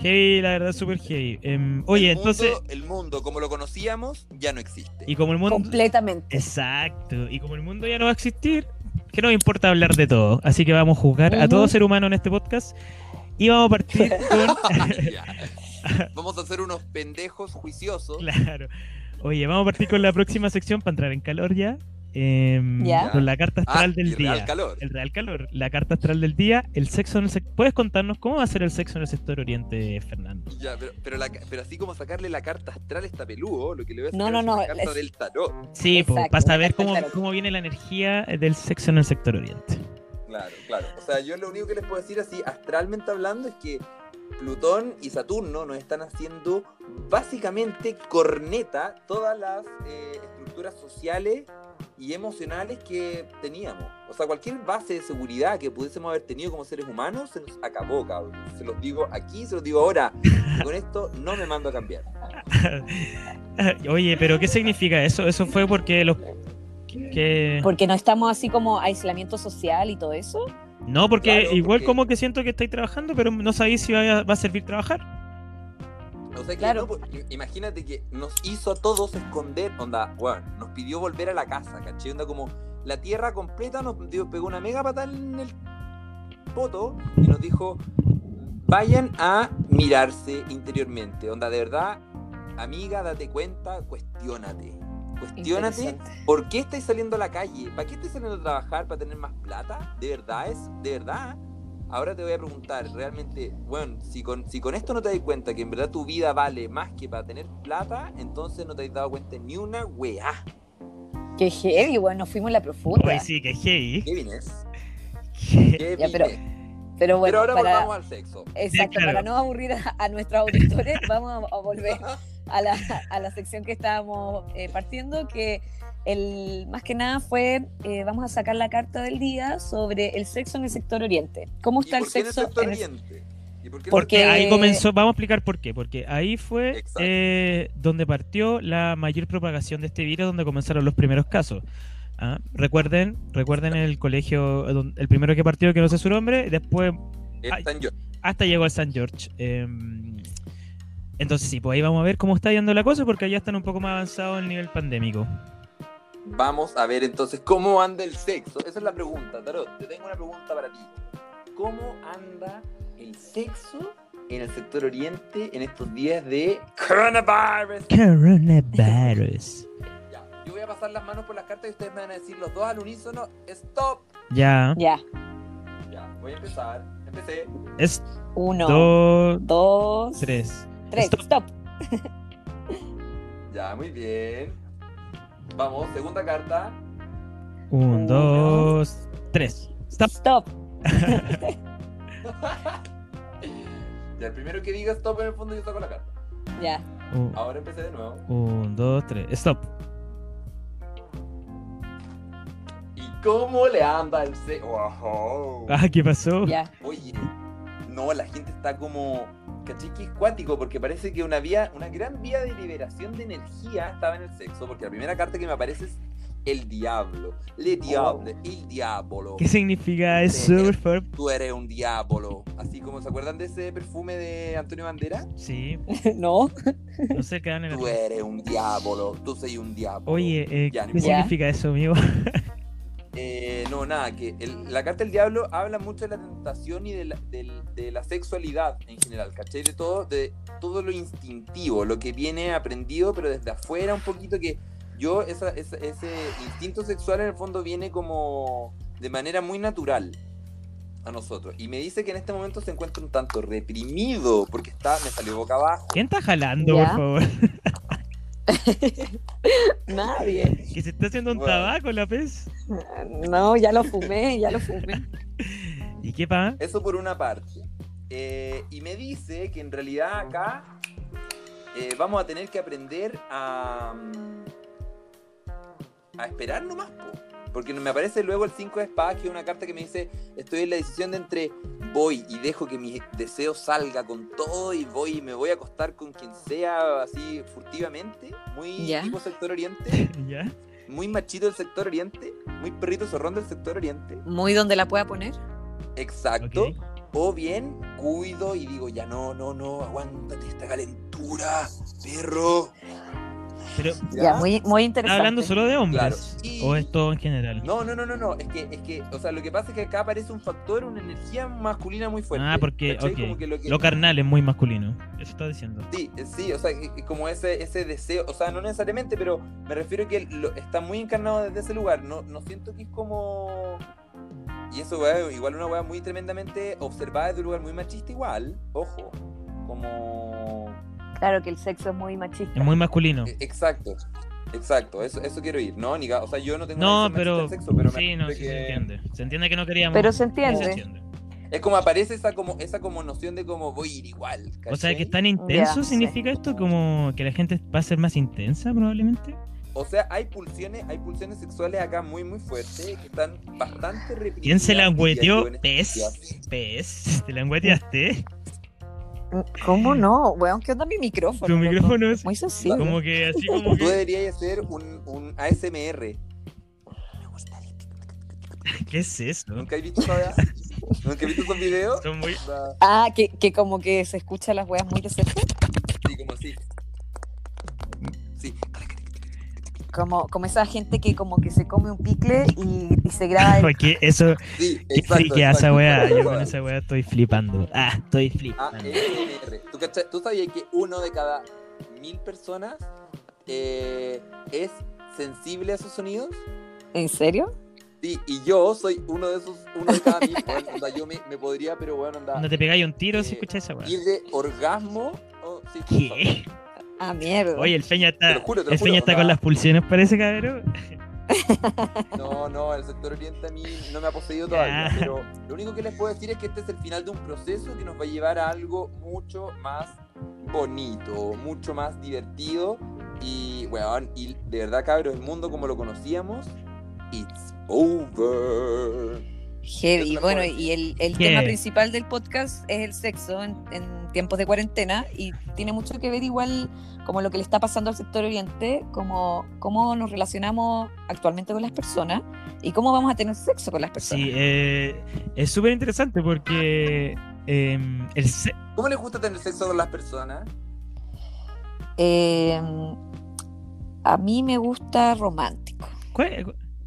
Speaker 4: Heavy, la verdad, súper heavy. Em, oye,
Speaker 3: El mundo-
Speaker 4: entonces.
Speaker 3: El mundo, como lo conocíamos, ya no existe.
Speaker 4: Y como el mundo.
Speaker 2: Completamente.
Speaker 4: Exacto. Y como el mundo ya no va a existir, que nos importa hablar de todo. Así que vamos a juzgar a todo
Speaker 2: Ujú.
Speaker 4: ser humano en este podcast. Y vamos a partir con.
Speaker 3: Ya. Vamos a ser unos pendejos juiciosos.
Speaker 4: Claro. Oye, vamos a partir con la próxima sección para entrar en calor ya. Em,
Speaker 2: Ya.
Speaker 4: Con la carta
Speaker 3: Ah,
Speaker 4: astral
Speaker 3: y
Speaker 4: del
Speaker 3: real
Speaker 4: día.
Speaker 3: calor.
Speaker 4: El real calor. La carta astral del día. El sexo en el sec- ¿Puedes contarnos cómo va a ser el sexo en el sector oriente, Fernando?
Speaker 3: Ya, pero, pero, la ca- pero así como sacarle la carta astral está peludo, lo que le voy a
Speaker 2: No,
Speaker 3: sacar
Speaker 2: no,
Speaker 3: es
Speaker 2: no,
Speaker 3: una carta
Speaker 2: es-
Speaker 3: del tarot.
Speaker 4: Sí,
Speaker 2: Exacto,
Speaker 4: para
Speaker 2: la
Speaker 4: saber
Speaker 2: carta
Speaker 4: cómo,
Speaker 2: astral.
Speaker 4: cómo viene la energía del sexo en el sector oriente.
Speaker 3: Claro, claro. O sea, yo lo único que les puedo decir así, astralmente hablando, es que Plutón y Saturno nos están haciendo básicamente corneta todas las eh, estructuras sociales y emocionales que teníamos. O sea, cualquier base de seguridad que pudiésemos haber tenido como seres humanos se nos acabó, cabrón. Se los digo aquí, se los digo ahora. Y con esto no me mando a cambiar.
Speaker 4: Oye, pero ¿qué significa eso? Eso fue porque los... Que...
Speaker 2: Porque no estamos así como aislamiento social y todo eso.
Speaker 4: No, porque
Speaker 3: Claro,
Speaker 4: igual
Speaker 3: porque-
Speaker 4: como que siento que estáis trabajando, pero no sabéis si va a, va a servir trabajar.
Speaker 3: O sea que
Speaker 2: Claro.
Speaker 3: no, pues, i- imagínate que nos hizo a todos esconder, onda, weón, nos pidió volver a la casa, ¿cachai? Onda como la tierra completa nos dio- pegó una mega patada en el poto y nos dijo, vayan a mirarse interiormente, onda, de verdad, amiga, date cuenta, cuestiónate. Cuestiónate
Speaker 2: Interesante.
Speaker 3: por qué estáis saliendo a la calle, para qué estáis saliendo a trabajar, para tener más plata, de verdad es, de verdad. Ahora te voy a preguntar, realmente, bueno, si con, si con esto no te das cuenta que en verdad tu vida vale más que para tener plata, entonces no te has dado cuenta ni una weá.
Speaker 2: Qué heavy, bueno, nos fuimos en la profunda.
Speaker 4: Oye, sí, que heavy.
Speaker 3: ¿Qué vienes? ¿Qué
Speaker 2: Ya,
Speaker 3: vienes?
Speaker 2: pero- Pero
Speaker 3: Pero
Speaker 2: bueno,
Speaker 3: ahora
Speaker 2: para,
Speaker 3: volvamos al sexo.
Speaker 2: exacto,
Speaker 4: claro.
Speaker 2: para no aburrir a, a nuestros auditores, vamos a, a volver a la, a la sección que estábamos eh, partiendo, que el, más que nada fue, eh, vamos a sacar la carta del día sobre el sexo en el sector oriente. ¿Cómo
Speaker 3: ¿Y
Speaker 2: está el
Speaker 3: por qué en el
Speaker 2: sexo?
Speaker 3: sector
Speaker 2: en el-
Speaker 3: oriente? ¿Y por qué en el
Speaker 2: Porque-
Speaker 4: Que ahí
Speaker 2: Eh,
Speaker 4: comenzó, vamos a explicar por qué, porque ahí fue
Speaker 3: Exacto.
Speaker 4: eh, donde partió la mayor propagación de este virus, donde comenzaron los primeros casos. Ah, Recuerden, recuerden el colegio, eh, don- el primero que partió, que no sé su nombre, después
Speaker 3: sector-
Speaker 4: Ay.
Speaker 3: Están yo.
Speaker 4: hasta llegó al San George. Eh, entonces sí, pues ahí vamos a ver cómo está yendo la cosa, porque allá están un poco más avanzados en el nivel pandémico.
Speaker 3: Vamos a ver entonces cómo anda el sexo. Esa es la pregunta, Tarot. Te tengo una pregunta para ti. ¿Cómo anda el sexo en el sector oriente en estos días de coronavirus?
Speaker 4: Coronavirus.
Speaker 3: Ya, yo voy a pasar las manos por las cartas y ustedes me van a decir los dos al unísono, stop.
Speaker 4: Ya.
Speaker 2: Ya,
Speaker 3: Ya, voy a empezar. Empecé.
Speaker 4: Es
Speaker 2: uno,
Speaker 4: dos,
Speaker 2: dos,
Speaker 4: tres.
Speaker 2: tres,
Speaker 4: Stop.
Speaker 2: stop.
Speaker 3: Ya, muy bien. Vamos, segunda carta.
Speaker 4: Un,
Speaker 2: Uno.
Speaker 4: dos, tres. Stop.
Speaker 2: Stop.
Speaker 3: Ya, el primero que diga stop en el fondo yo saco la carta.
Speaker 2: Ya.
Speaker 4: Un,
Speaker 3: Ahora empecé de nuevo.
Speaker 4: un, dos, tres. Stop.
Speaker 3: ¿Y cómo le anda el sexo? Ojo.
Speaker 4: Ah, ¿qué pasó?
Speaker 2: Ya,
Speaker 3: Oye, no, la gente está como cachiqui cuático porque parece que una vía, una gran vía de liberación de energía estaba en el sexo, porque la primera carta que me aparece es el diablo, le diable, el diablo.
Speaker 4: Oh. ¿Qué significa eso, por favor?
Speaker 3: Tú eres un diablo. Así como se acuerdan de ese perfume de Antonio Bandera,
Speaker 4: Sí,
Speaker 2: no.
Speaker 4: no sé qué dan en
Speaker 3: tú
Speaker 4: el...
Speaker 3: eres un diablo, tú soy un diablo.
Speaker 4: Oye, eh,
Speaker 3: Ya,
Speaker 4: ¿qué
Speaker 3: ni
Speaker 2: modo.
Speaker 4: significa eso, amigo?
Speaker 3: Eh, no, nada, que el- la carta del diablo habla mucho de la tentación y de la, del- de la sexualidad en general, ¿cachai? De todo, de todo lo instintivo, lo que viene aprendido, pero desde afuera un poquito que yo, esa- esa- ese instinto sexual en el fondo viene como de manera muy natural a nosotros. Y me dice que en este momento se encuentra un tanto reprimido, porque está, me salió boca abajo.
Speaker 4: ¿Quién está jalando,
Speaker 2: Ya.
Speaker 4: por favor?
Speaker 2: Nadie.
Speaker 4: Que se está haciendo un
Speaker 3: Bueno.
Speaker 4: tabaco la pez.
Speaker 2: No, ya lo fumé, ya lo fumé.
Speaker 4: ¿Y qué pasa?
Speaker 3: Eso por una parte. Eh, y me dice que en realidad acá eh, vamos a tener que aprender a, mm, a esperar nomás, po. Porque me aparece luego el 5 de espadas, que es una carta que me dice, estoy en la decisión de entre voy y dejo que mi deseo salga con todo y voy y me voy a acostar con quien sea así furtivamente, muy
Speaker 2: Ya.
Speaker 3: tipo sector oriente,
Speaker 4: ¿Ya?
Speaker 3: muy machito del sector oriente, muy perrito zorrón del sector oriente.
Speaker 2: Muy donde la pueda poner.
Speaker 3: Exacto.
Speaker 4: Ok.
Speaker 3: O bien cuido y digo, ya no, no, no, aguántate esta calentura, perro.
Speaker 4: Pero,
Speaker 2: Ya, muy, muy interesante.
Speaker 4: ¿está hablando solo de hombres?
Speaker 3: Claro. Y-
Speaker 4: ¿O es todo en general?
Speaker 3: No, no, no, no, no. Es que, es que, o sea, lo que pasa es que acá aparece un factor, una energía masculina muy fuerte.
Speaker 4: Ah, porque,
Speaker 3: ¿cachai?
Speaker 4: ok.
Speaker 3: Como que lo que-
Speaker 4: Lo carnal es muy masculino. Eso está diciendo.
Speaker 3: Sí, sí, o sea, y- y como ese, ese deseo, o sea, no necesariamente, pero me refiero que lo- está muy encarnado desde ese lugar. No, no siento que es como. Y eso, weá, igual una weá muy tremendamente observada desde un lugar muy machista, igual, ojo. Como.
Speaker 2: Claro que el sexo es muy machista.
Speaker 4: Es muy masculino.
Speaker 3: Eh, Exacto, exacto, eso, eso quiero ir, ¿no? Ni ca- o sea, yo no tengo
Speaker 4: No,
Speaker 3: relación machista
Speaker 4: pero.
Speaker 3: del sexo, pero me
Speaker 4: Sí, no, sí,
Speaker 3: parece
Speaker 4: se
Speaker 3: que-
Speaker 4: entiende. Se entiende que no queríamos.
Speaker 2: Pero se
Speaker 4: Sí,
Speaker 2: entiende.
Speaker 4: se entiende.
Speaker 3: Es como aparece esa como, esa como noción de como voy a ir igual,
Speaker 4: O sea, que
Speaker 3: ¿cachai?
Speaker 4: es tan intenso
Speaker 2: Ya, sí.
Speaker 4: significa esto como que la gente va a ser más intensa probablemente.
Speaker 3: O sea, hay pulsiones, hay pulsiones sexuales acá muy muy fuertes que están bastante reprimidas.
Speaker 4: ¿Quién se la
Speaker 3: diría yo,
Speaker 4: angüeteó?
Speaker 3: en este sentido.
Speaker 4: ¿Pez? ¿Pez? ¿Te la angüeteaste?
Speaker 2: ¿Cómo no? Weón, ¿qué onda mi micrófono?
Speaker 4: Tu
Speaker 2: loco?
Speaker 4: micrófono es
Speaker 2: Muy sensible.
Speaker 4: como que así como
Speaker 3: Tú
Speaker 4: que,
Speaker 3: deberías hacer un, un ASMR.
Speaker 4: ¿Qué es eso?
Speaker 3: ¿Nunca has visto esa weá? ¿Nunca has visto esos videos?
Speaker 4: Son muy...
Speaker 3: Va,
Speaker 2: Ah, que, que como que se escucha las weas muy de cerca.
Speaker 3: Sí, como así. Sí.
Speaker 2: Como, como esa gente que como que se come un picle y, y se graba el-
Speaker 4: Porque eso...
Speaker 3: Sí,
Speaker 4: ¿Qué
Speaker 3: exacto.
Speaker 4: friki a esa
Speaker 3: exacto,
Speaker 4: weá? Yo con
Speaker 3: exacto.
Speaker 4: esa weá estoy flipando. Ah, estoy flipando.
Speaker 3: eh, ASMR. ¿Tú, cacha- tú sabías que uno de cada mil personas eh, es sensible a esos sonidos?
Speaker 2: ¿En serio?
Speaker 3: Sí, y yo soy uno de esos, uno de cada mil. weón, onda, yo me, me podría, pero bueno, anda.
Speaker 4: Cuando te pegáis un tiro si
Speaker 3: Eh,
Speaker 4: escuchas esa weá.
Speaker 3: Ir de orgasmo. oh, sí,
Speaker 4: ¿Qué?
Speaker 2: Ah, mierda.
Speaker 4: Oye, el Feña
Speaker 3: Te
Speaker 4: está...
Speaker 3: lo juro, te lo
Speaker 4: El
Speaker 3: juro.
Speaker 4: Feña está
Speaker 3: onda,
Speaker 4: con las pulsiones parece, cabrón.
Speaker 3: No, no, el sector oriente a mí no me ha poseído todavía.
Speaker 4: Ya.
Speaker 3: Pero lo único que les puedo decir es que este es el final de un proceso que nos va a llevar a algo mucho más bonito, mucho más divertido. Y, weón, y de verdad, cabros, el mundo como lo conocíamos, it's over.
Speaker 2: Heavy.
Speaker 3: es la
Speaker 2: Bueno,
Speaker 3: poesía.
Speaker 2: y el, el
Speaker 4: ¿Qué?
Speaker 2: tema principal del podcast es el sexo en, en tiempos de cuarentena y tiene mucho que ver igual como lo que le está pasando al sector oriente, como cómo nos relacionamos actualmente con las personas y cómo vamos a tener sexo con las personas.
Speaker 4: Sí, eh, es súper interesante porque... em, el se-
Speaker 3: ¿Cómo les gusta tener sexo con las personas?
Speaker 2: Eh, a mí me gusta romántico.
Speaker 4: ¿cuál-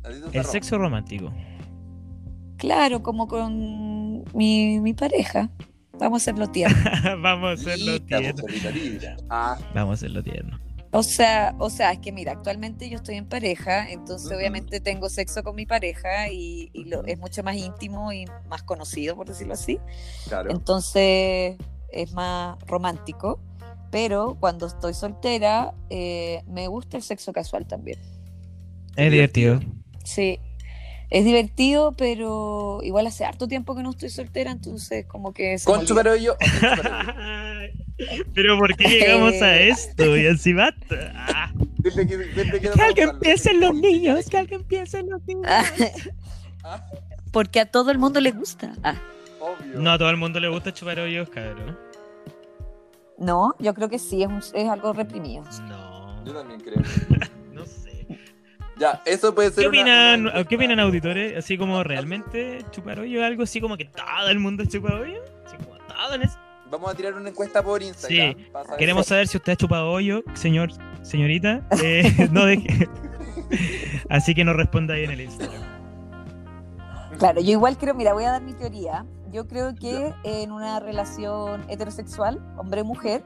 Speaker 3: ¿A ti te gusta
Speaker 4: el
Speaker 3: rom-
Speaker 4: sexo romántico.
Speaker 2: Claro, como con mi, mi pareja. Vamos a hacerlo tierno.
Speaker 4: Vamos a hacerlo
Speaker 3: Lita,
Speaker 4: tierno.
Speaker 3: Joselita, lita. Ah,
Speaker 4: Vamos a hacerlo tierno.
Speaker 2: O sea, o sea, es que mira, actualmente yo estoy en pareja, entonces
Speaker 3: Ujú.
Speaker 2: obviamente tengo sexo con mi pareja y, y lo-
Speaker 3: Ujú.
Speaker 2: es mucho más íntimo y más conocido, por decirlo así.
Speaker 3: claro.
Speaker 2: Entonces es más romántico. Pero cuando estoy soltera, eh, me gusta el sexo casual también.
Speaker 4: Es divertido.
Speaker 2: Sí. Es divertido, pero igual hace harto tiempo que no estoy soltera, entonces como que... se
Speaker 3: ¿Con
Speaker 2: me olvidó.
Speaker 3: chuparollo o sin chuparollo?
Speaker 4: Pero ¿por qué llegamos a esto? Y así basta. Ah,
Speaker 3: Vente que- vente que
Speaker 4: que alguien
Speaker 3: vamos a
Speaker 4: piense en
Speaker 3: hablar.
Speaker 4: los niños, que alguien piense en los niños.
Speaker 3: Ah,
Speaker 2: Porque a todo el mundo le gusta. Ah.
Speaker 3: obvio.
Speaker 4: No, a todo el mundo le gusta chupar hoyos, cabrón.
Speaker 2: No, yo creo que sí, es, un- es algo reprimido.
Speaker 4: No,
Speaker 3: Yo también creo.
Speaker 4: no sé.
Speaker 3: Ya, eso puede ser.
Speaker 4: ¿Qué
Speaker 3: una-
Speaker 4: opinan, ah,
Speaker 3: una encuesta.
Speaker 4: ¿qué opinan auditores? Así como realmente chupar hoyo es algo así como que todo el mundo chupa hoyo. Así como todo en eso.
Speaker 3: Vamos a tirar una encuesta por Instagram.
Speaker 4: Sí,
Speaker 3: para saber-
Speaker 4: Queremos saber si usted ha chupado hoyo, señor, señorita. Eh, no deje. Así que nos responda ahí en el Instagram.
Speaker 2: Claro, yo igual creo, mira, voy a dar mi teoría. Yo creo que en una relación heterosexual, hombre-mujer,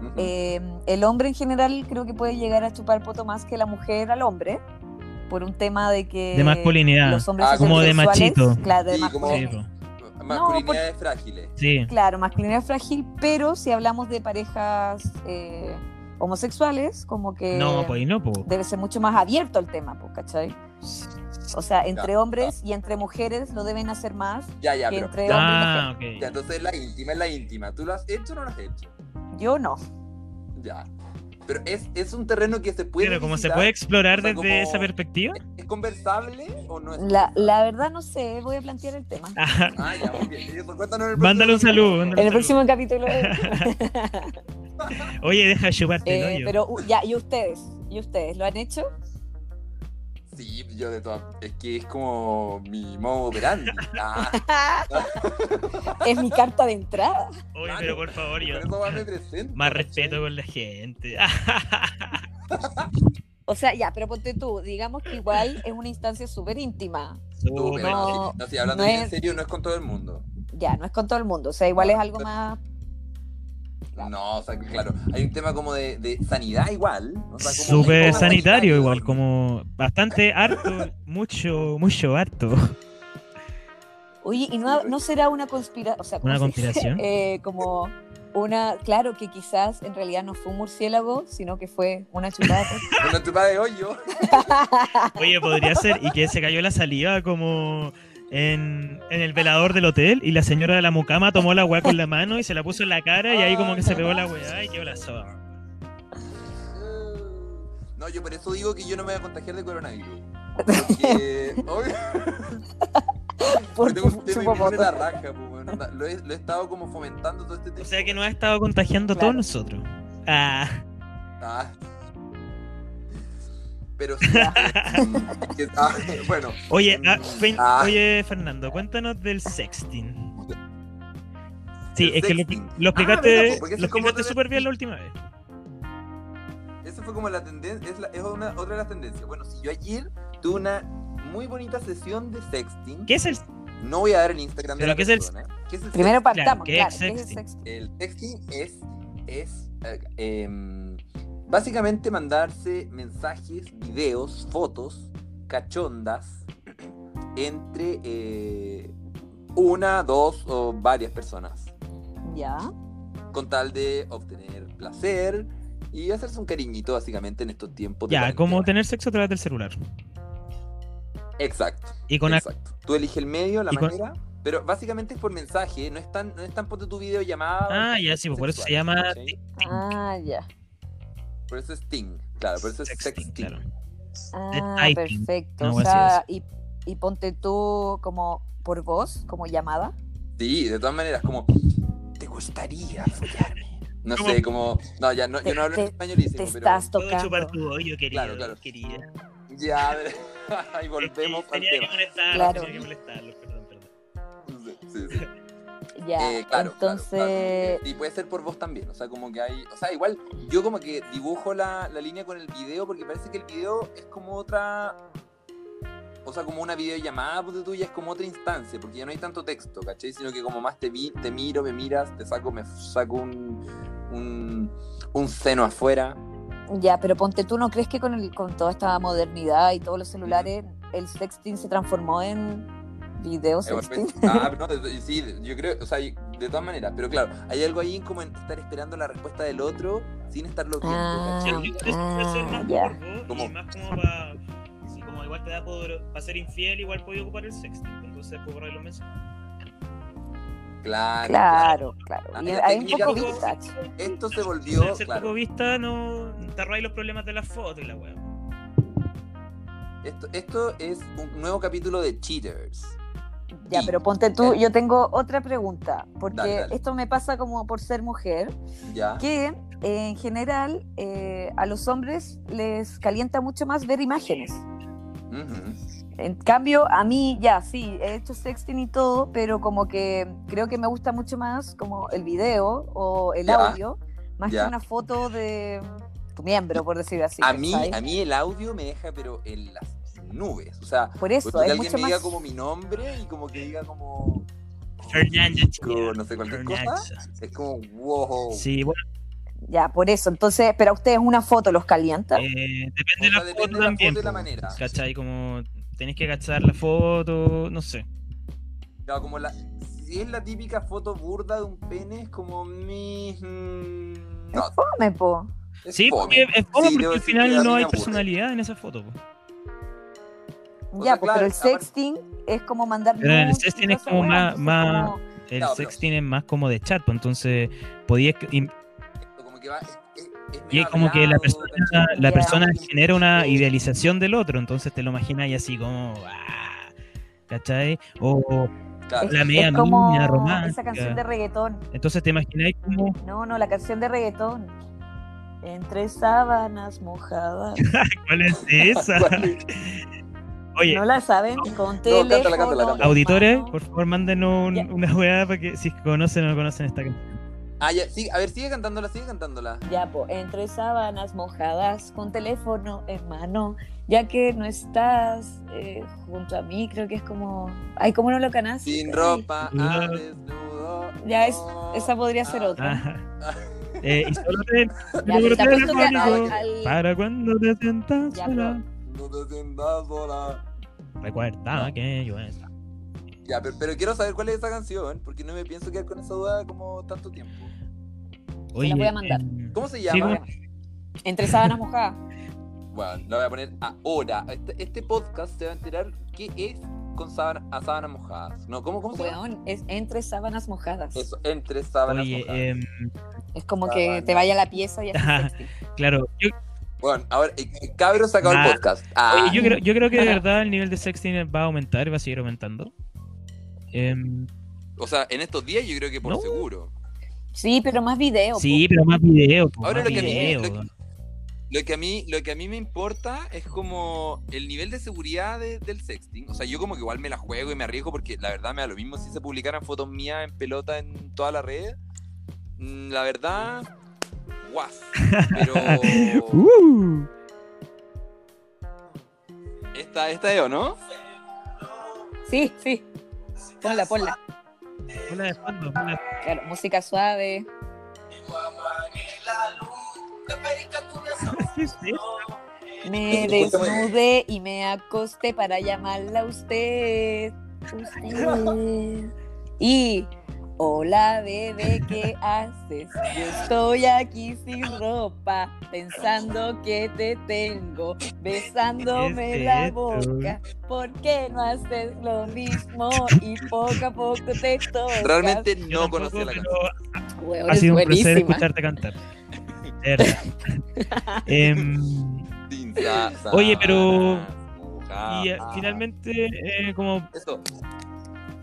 Speaker 3: Ujú.
Speaker 2: eh, el hombre en general creo que puede llegar a chupar poto más que la mujer al hombre, por un tema de que...
Speaker 4: De masculinidad.
Speaker 2: Eh, Los hombres
Speaker 3: Ah,
Speaker 2: se sienten
Speaker 4: como de
Speaker 2: sexuales.
Speaker 4: machito.
Speaker 2: Claro, de
Speaker 3: Sí, como-
Speaker 4: Sí,
Speaker 2: masculinidad.
Speaker 4: po.
Speaker 3: Masculinidades frágiles.
Speaker 4: sí.
Speaker 2: Claro, masculinidad frágil, pero si hablamos de parejas eh, homosexuales, como que...
Speaker 4: No, pues no, pues.
Speaker 2: debe ser mucho más abierto el tema, po, ¿cachai? O sea, entre
Speaker 3: Ya,
Speaker 2: hombres y entre mujeres lo deben hacer más
Speaker 3: Ya, ya,
Speaker 2: que
Speaker 3: pero.
Speaker 2: entre
Speaker 3: ya,
Speaker 2: hombres.
Speaker 4: Ah,
Speaker 3: ya,
Speaker 4: ok.
Speaker 3: entonces la íntima es la íntima. ¿Tú lo has hecho o no lo has hecho?
Speaker 2: Yo no.
Speaker 3: Ya. Pero es, es un terreno que se puede.
Speaker 4: Pero como se
Speaker 3: visitar,
Speaker 4: puede explorar
Speaker 3: o sea,
Speaker 4: desde
Speaker 3: como-
Speaker 4: esa perspectiva,
Speaker 3: Es conversable o no es?
Speaker 2: La, la verdad no sé, voy a plantear el tema.
Speaker 4: Ajá.
Speaker 3: Ah, ya, muy bien. Eso, cuéntanos en el
Speaker 4: Mándale un
Speaker 3: próximo
Speaker 4: saludo,
Speaker 3: capítulo.
Speaker 4: mándale
Speaker 2: En el
Speaker 4: Salud.
Speaker 2: próximo capítulo. eh,
Speaker 4: Oye, deja de chuparte, ¿no?
Speaker 2: eh,
Speaker 4: Yo.
Speaker 2: pero uh, ya, ¿y ustedes? ¿Y ustedes? ¿Lo han hecho?
Speaker 3: Sí, yo de todas. Es que es como mi modo operandi. Ah,
Speaker 2: es mi carta de entrada.
Speaker 4: Oye,
Speaker 3: claro.
Speaker 4: pero por favor, yo.
Speaker 3: por eso más me presento.
Speaker 4: Más
Speaker 3: ¿cachai?
Speaker 4: respeto con la gente. Ah,
Speaker 2: O sea, ya, pero ponte tú, digamos que igual es una instancia súper íntima.
Speaker 3: Tú, pero
Speaker 4: Súper.
Speaker 2: No,
Speaker 3: sí, no, sí, hablando
Speaker 2: no
Speaker 3: bien en
Speaker 2: es-
Speaker 3: serio, no es con todo el mundo.
Speaker 2: Ya, no es con todo el mundo. O sea, igual
Speaker 3: No,
Speaker 2: es algo
Speaker 3: pero-
Speaker 2: más. Claro.
Speaker 3: No, o sea, que claro, hay un tema como de, de sanidad igual. o sea, como-
Speaker 4: Súper
Speaker 3: como
Speaker 4: sanitario, igual, como bastante harto, mucho, mucho harto.
Speaker 2: Oye, ¿y no, no será una conspiración? O sea, ¿cómo
Speaker 4: Una
Speaker 2: se dice?
Speaker 4: conspiración.
Speaker 2: Eh, como una. Claro que quizás en realidad no fue un murciélago, sino que fue una chulata.
Speaker 3: Una tupa de hoyo.
Speaker 4: Oye, podría ser, y que se cayó la saliva como en, en el velador del hotel y la señora de la mucama tomó la weá con la mano y se la puso en la cara y ahí como que se pegó la weá y quedó la soga.
Speaker 3: No, yo por eso digo que yo no me voy a contagiar de coronavirus. Porque. obvio,
Speaker 2: Porque
Speaker 3: tengo un tema
Speaker 2: chupo
Speaker 3: inmune en la
Speaker 2: poto.
Speaker 3: raja, pues, bueno, onda, lo, he, lo he estado como fomentando todo este tiempo.
Speaker 4: O sea que nos ha estado contagiando a todos
Speaker 2: Claro.
Speaker 4: nosotros. Ah,
Speaker 3: Ah. Pero sí. eh, que- ah, bueno,
Speaker 4: oye, ah, Fen-
Speaker 3: Ah.
Speaker 4: oye, Fernando, cuéntanos del sexting. Sí,
Speaker 3: Del
Speaker 4: es que lo,
Speaker 3: sexting.
Speaker 4: lo
Speaker 3: Ah, mira,
Speaker 4: explicaste
Speaker 3: pues, porque eso
Speaker 4: lo
Speaker 3: es como
Speaker 4: explicaste
Speaker 3: tener-
Speaker 4: súper bien la última vez.
Speaker 3: Esa fue como la tendencia, es, la- es una, otra de las tendencias. Bueno, si yo ayer tuve una muy bonita sesión de sexting.
Speaker 4: ¿Qué es el
Speaker 3: No voy a dar el Instagram de
Speaker 4: ¿Pero
Speaker 3: la
Speaker 4: qué es el-
Speaker 3: persona. ¿Qué es el
Speaker 2: Primero
Speaker 3: sexting?
Speaker 2: partamos,
Speaker 4: ¿qué
Speaker 2: claro.
Speaker 4: es
Speaker 2: ¿qué es
Speaker 4: sexting?
Speaker 2: sexting?
Speaker 3: El sexting es, es eh, em, básicamente mandarse mensajes, videos, fotos, cachondas entre eh, una, dos o varias personas.
Speaker 2: Ya.
Speaker 3: Con tal de obtener placer y hacerse un cariñito básicamente en estos tiempos. de
Speaker 4: Ya, como
Speaker 3: cuarentena.
Speaker 4: tener sexo a través del celular.
Speaker 3: Exacto.
Speaker 4: Y con ac-
Speaker 3: Exacto. Tú eliges el medio, la
Speaker 4: y con-
Speaker 3: manera, pero básicamente es por mensaje, no es tan, no es tan ponte tu videollamada.
Speaker 4: Ah,
Speaker 3: o
Speaker 4: ya, sí, pues, por eso se
Speaker 3: sexual,
Speaker 4: llama
Speaker 3: ¿cachai?
Speaker 2: Ah, ya.
Speaker 3: Por eso es Ting, claro, por eso es
Speaker 4: sexting,
Speaker 3: sexting.
Speaker 4: claro.
Speaker 2: Ah,
Speaker 4: typing,
Speaker 2: perfecto.
Speaker 4: una
Speaker 2: o
Speaker 4: wea
Speaker 2: sea, y, y ponte tú como por voz, como llamada.
Speaker 3: Sí, de todas maneras, como, ¿te gustaría follarme? No
Speaker 4: Como-
Speaker 3: sé, como, no, ya, no, yo no hablo en
Speaker 2: Te-
Speaker 3: españolísimo,
Speaker 2: Te
Speaker 3: pero.
Speaker 2: estás
Speaker 4: Puedo
Speaker 2: tocando.
Speaker 4: chupar tu hoyo, querido.
Speaker 3: Claro, claro.
Speaker 4: querida.
Speaker 3: Ya, a ver, ahí volvemos al
Speaker 4: tenía que
Speaker 3: tema.
Speaker 4: molestarlos,
Speaker 2: Claro.
Speaker 4: tenía que molestarlos, perdón, perdón.
Speaker 3: Sí, sí.
Speaker 2: Ya.
Speaker 3: Eh, claro, claro,
Speaker 2: Entonces,
Speaker 3: claro. Y puede ser por voz también, o sea, como que hay, o sea, igual yo como que dibujo la, la línea con el video porque parece que el video es como otra, o sea, como una videollamada ponte tú, ya es como otra instancia, porque ya no hay tanto texto, ¿cachai? Sino que como más te vi, te miro, me miras, te saco, me saco un, un, un seno afuera.
Speaker 2: ya, pero ponte tú, ¿no crees que con, el- con toda esta modernidad y todos los celulares, el sexting se transformó en video
Speaker 3: Eh, bueno,
Speaker 2: sexting?
Speaker 3: Ah, no, de- sí, yo creo, o sea, y- de todas maneras, pero claro, hay algo ahí como en estar esperando la respuesta del otro sin estarlo viendo,
Speaker 2: Ah,
Speaker 4: Sí,
Speaker 3: ¿cachai?
Speaker 4: yo creo que eso puede ser más
Speaker 2: ya.
Speaker 4: por vos y
Speaker 3: Como-
Speaker 4: más como para... Si como igual te da por... Para ser infiel, igual podía ocupar el sexting. Entonces puedo borrar los mensajes.
Speaker 3: Claro,
Speaker 2: Claro, claro.
Speaker 3: Ah,
Speaker 2: Y
Speaker 3: la
Speaker 2: hay un
Speaker 3: técnica
Speaker 2: poco
Speaker 3: de-
Speaker 2: vintage.
Speaker 3: Esto se
Speaker 4: O sea,
Speaker 3: volvió,
Speaker 4: al ser
Speaker 3: claro,
Speaker 4: poco vista, no... Te arreglas los problemas de la foto y la weá.
Speaker 3: Esto, esto es un nuevo capítulo de Cheaters.
Speaker 2: Ya, pero ponte tú, yo tengo otra pregunta, porque
Speaker 3: Dale, dale.
Speaker 2: esto me pasa como por ser mujer.
Speaker 3: ¿Ya?
Speaker 2: que eh, en general eh, a los hombres les calienta mucho más ver imágenes.
Speaker 3: Ujú.
Speaker 2: En cambio, a mí ya, sí, he hecho sexting y todo, pero como que creo que me gusta mucho más como el video o el
Speaker 3: Ya.
Speaker 2: audio, más
Speaker 3: Ya.
Speaker 2: que una foto de tu miembro, por decir así.
Speaker 3: a, mí,
Speaker 2: ¿cachai?
Speaker 3: a mí el audio me deja pero en las nubes. O sea,
Speaker 2: Por
Speaker 3: porque
Speaker 2: eso,
Speaker 3: que
Speaker 2: es
Speaker 3: alguien
Speaker 2: mucho
Speaker 3: me diga
Speaker 2: más...
Speaker 3: como mi nombre y como que diga como...
Speaker 4: Fernanda,
Speaker 3: chico, No sé, cualquier cosa. Oh. Es como, wow.
Speaker 4: Sí, bueno,
Speaker 2: Ya, por eso. Entonces, pero a ustedes una foto los calienta.
Speaker 4: eh,
Speaker 3: O
Speaker 4: depende de
Speaker 3: sea,
Speaker 4: la
Speaker 3: depende
Speaker 4: foto
Speaker 3: de la foto y
Speaker 4: también.
Speaker 3: la
Speaker 4: po.
Speaker 3: manera.
Speaker 4: ¿Cachai? Como tenés que cachar la foto, no sé.
Speaker 3: Claro, como la, si es la típica foto burda de un pene, es como mi... mm, No,
Speaker 2: Fome, po.
Speaker 3: es
Speaker 4: Sí,
Speaker 3: fome.
Speaker 4: porque es fome
Speaker 3: Sí, debo
Speaker 4: porque al
Speaker 3: decir que a
Speaker 4: final
Speaker 3: mí
Speaker 4: no
Speaker 3: me
Speaker 4: hay
Speaker 3: aburre.
Speaker 4: personalidad en esa foto. po.
Speaker 2: Ya,
Speaker 3: O sea,
Speaker 2: po,
Speaker 3: claro,
Speaker 2: pero el
Speaker 3: aparte-
Speaker 2: sexting es como mandar...
Speaker 4: Pero el
Speaker 2: nudes y
Speaker 4: sexting
Speaker 2: toda
Speaker 4: es
Speaker 2: esa
Speaker 4: como
Speaker 2: weá,
Speaker 4: más-
Speaker 2: entonces
Speaker 4: más-
Speaker 2: como-
Speaker 4: El
Speaker 3: Claro, pero-
Speaker 4: sexting es más como de chat, pues, entonces podías... que- im-
Speaker 3: como que va, es, es- es
Speaker 4: Y
Speaker 3: medio
Speaker 4: es como que la
Speaker 3: hablado,
Speaker 4: persona,
Speaker 3: ¿cachai?
Speaker 4: la
Speaker 2: Ya.
Speaker 4: persona genera una idealización del otro, entonces te lo imaginas y así como. ah, ¿Cachai? O
Speaker 3: Claro.
Speaker 4: la media niña romántica.
Speaker 2: esa canción de reggaetón.
Speaker 4: entonces te imagináis como.
Speaker 2: No, no, la canción de reggaetón. Entre sábanas mojadas.
Speaker 4: ¿Cuál es esa?
Speaker 3: ¿Cuál es?
Speaker 4: Oye,
Speaker 2: ¿No la saben? Con teléfono.
Speaker 3: cántala, cántala,
Speaker 2: en
Speaker 3: cántala.
Speaker 4: auditores,
Speaker 2: mano.
Speaker 4: por favor, mándenos un-
Speaker 2: Ya.
Speaker 4: una weá para que si es que conocen o no conocen esta canción.
Speaker 3: Ah, ya, sí, a ver, sigue cantándola, sigue cantándola.
Speaker 2: Ya, po, entre sábanas mojadas, con teléfono en mano, ya que no estás eh, junto a mí, creo que es como. Ay, ¿cómo no lo canas?
Speaker 3: Sin ropa, a
Speaker 4: Ah.
Speaker 3: desnudo.
Speaker 2: Ya, es-
Speaker 3: no.
Speaker 2: esa podría ser
Speaker 3: Ah,
Speaker 2: otra.
Speaker 4: Ajá. Eh, y solo te-
Speaker 2: Ya, pero te apuesto que al-
Speaker 4: telefónico,
Speaker 2: al-
Speaker 4: para cuando te sientas
Speaker 2: Ya,
Speaker 4: sola.
Speaker 3: No te sientas sola.
Speaker 2: Ah.
Speaker 4: Recuerda que yo estaba.
Speaker 3: Ya, pero, pero quiero saber cuál es esa canción, porque no me pienso quedar con esa duda como tanto tiempo.
Speaker 4: Oye,
Speaker 2: voy a mandar.
Speaker 4: em,
Speaker 3: ¿Cómo se
Speaker 4: Sí,
Speaker 3: llama?
Speaker 4: ¿cómo?
Speaker 2: Entre sábanas mojadas.
Speaker 3: Bueno, la voy a poner ahora. Este, este podcast se va a enterar qué es con sábana, a sábanas mojadas. No, ¿cómo, cómo se llama?
Speaker 2: Weón, es entre sábanas mojadas.
Speaker 3: Eso, entre sábanas
Speaker 4: oye,
Speaker 3: mojadas.
Speaker 4: em,
Speaker 2: Es como que
Speaker 3: Sábanas.
Speaker 2: te vaya a la pieza y así sexy.
Speaker 4: claro, yo,
Speaker 3: Bueno, ahora, eh, eh, Cabros se acabó
Speaker 4: Nah.
Speaker 3: el podcast. Ah,
Speaker 4: oye, yo creo, yo creo que de verdad el nivel de sexting va a aumentar, va a seguir aumentando. Em,
Speaker 3: O sea, en estos días yo creo que por
Speaker 4: No.
Speaker 3: seguro.
Speaker 2: Sí, pero más video.
Speaker 4: sí, pero más video. po,
Speaker 3: Ahora
Speaker 4: más
Speaker 3: lo que, a mí,
Speaker 4: video.
Speaker 3: lo, que, lo que a mí, lo que a mí me importa es como el nivel de seguridad de- del sexting. O sea, yo como que igual me la juego y me arriesgo porque la verdad me da lo mismo si se publicaran fotos mías en pelota en toda la red. Mm, La verdad, guau. Pero
Speaker 4: Uh.
Speaker 3: esta, esta es, ¿o no?
Speaker 2: po. Sí, sí. Ponla, ponla.
Speaker 4: Hola de fondo, hola.
Speaker 2: Claro, música suave.
Speaker 4: ¿Qué es eso?
Speaker 2: Me
Speaker 3: Escúchame.
Speaker 2: desnudé y me acosté para llamarla a usted. Usted. Y. Hola bebé, ¿qué haces? Yo estoy aquí sin ropa, pensando que te tengo,
Speaker 4: ¿Qué
Speaker 2: besándome
Speaker 4: es
Speaker 2: la
Speaker 4: esto?
Speaker 2: boca. ¿Por qué no haces lo mismo y poco a poco te tocas?
Speaker 3: Realmente
Speaker 4: Yo
Speaker 3: no
Speaker 4: tampoco,
Speaker 3: conocía la
Speaker 4: pero
Speaker 3: canción.
Speaker 2: Weón,
Speaker 4: Ha
Speaker 2: es
Speaker 4: sido un placer
Speaker 2: buenísima.
Speaker 4: escucharte cantar. De verdad. Em,
Speaker 3: Sin sa-
Speaker 4: Oye, pero-
Speaker 3: sábanas mojadas.
Speaker 4: y eh, finalmente, eh, como
Speaker 3: Eso.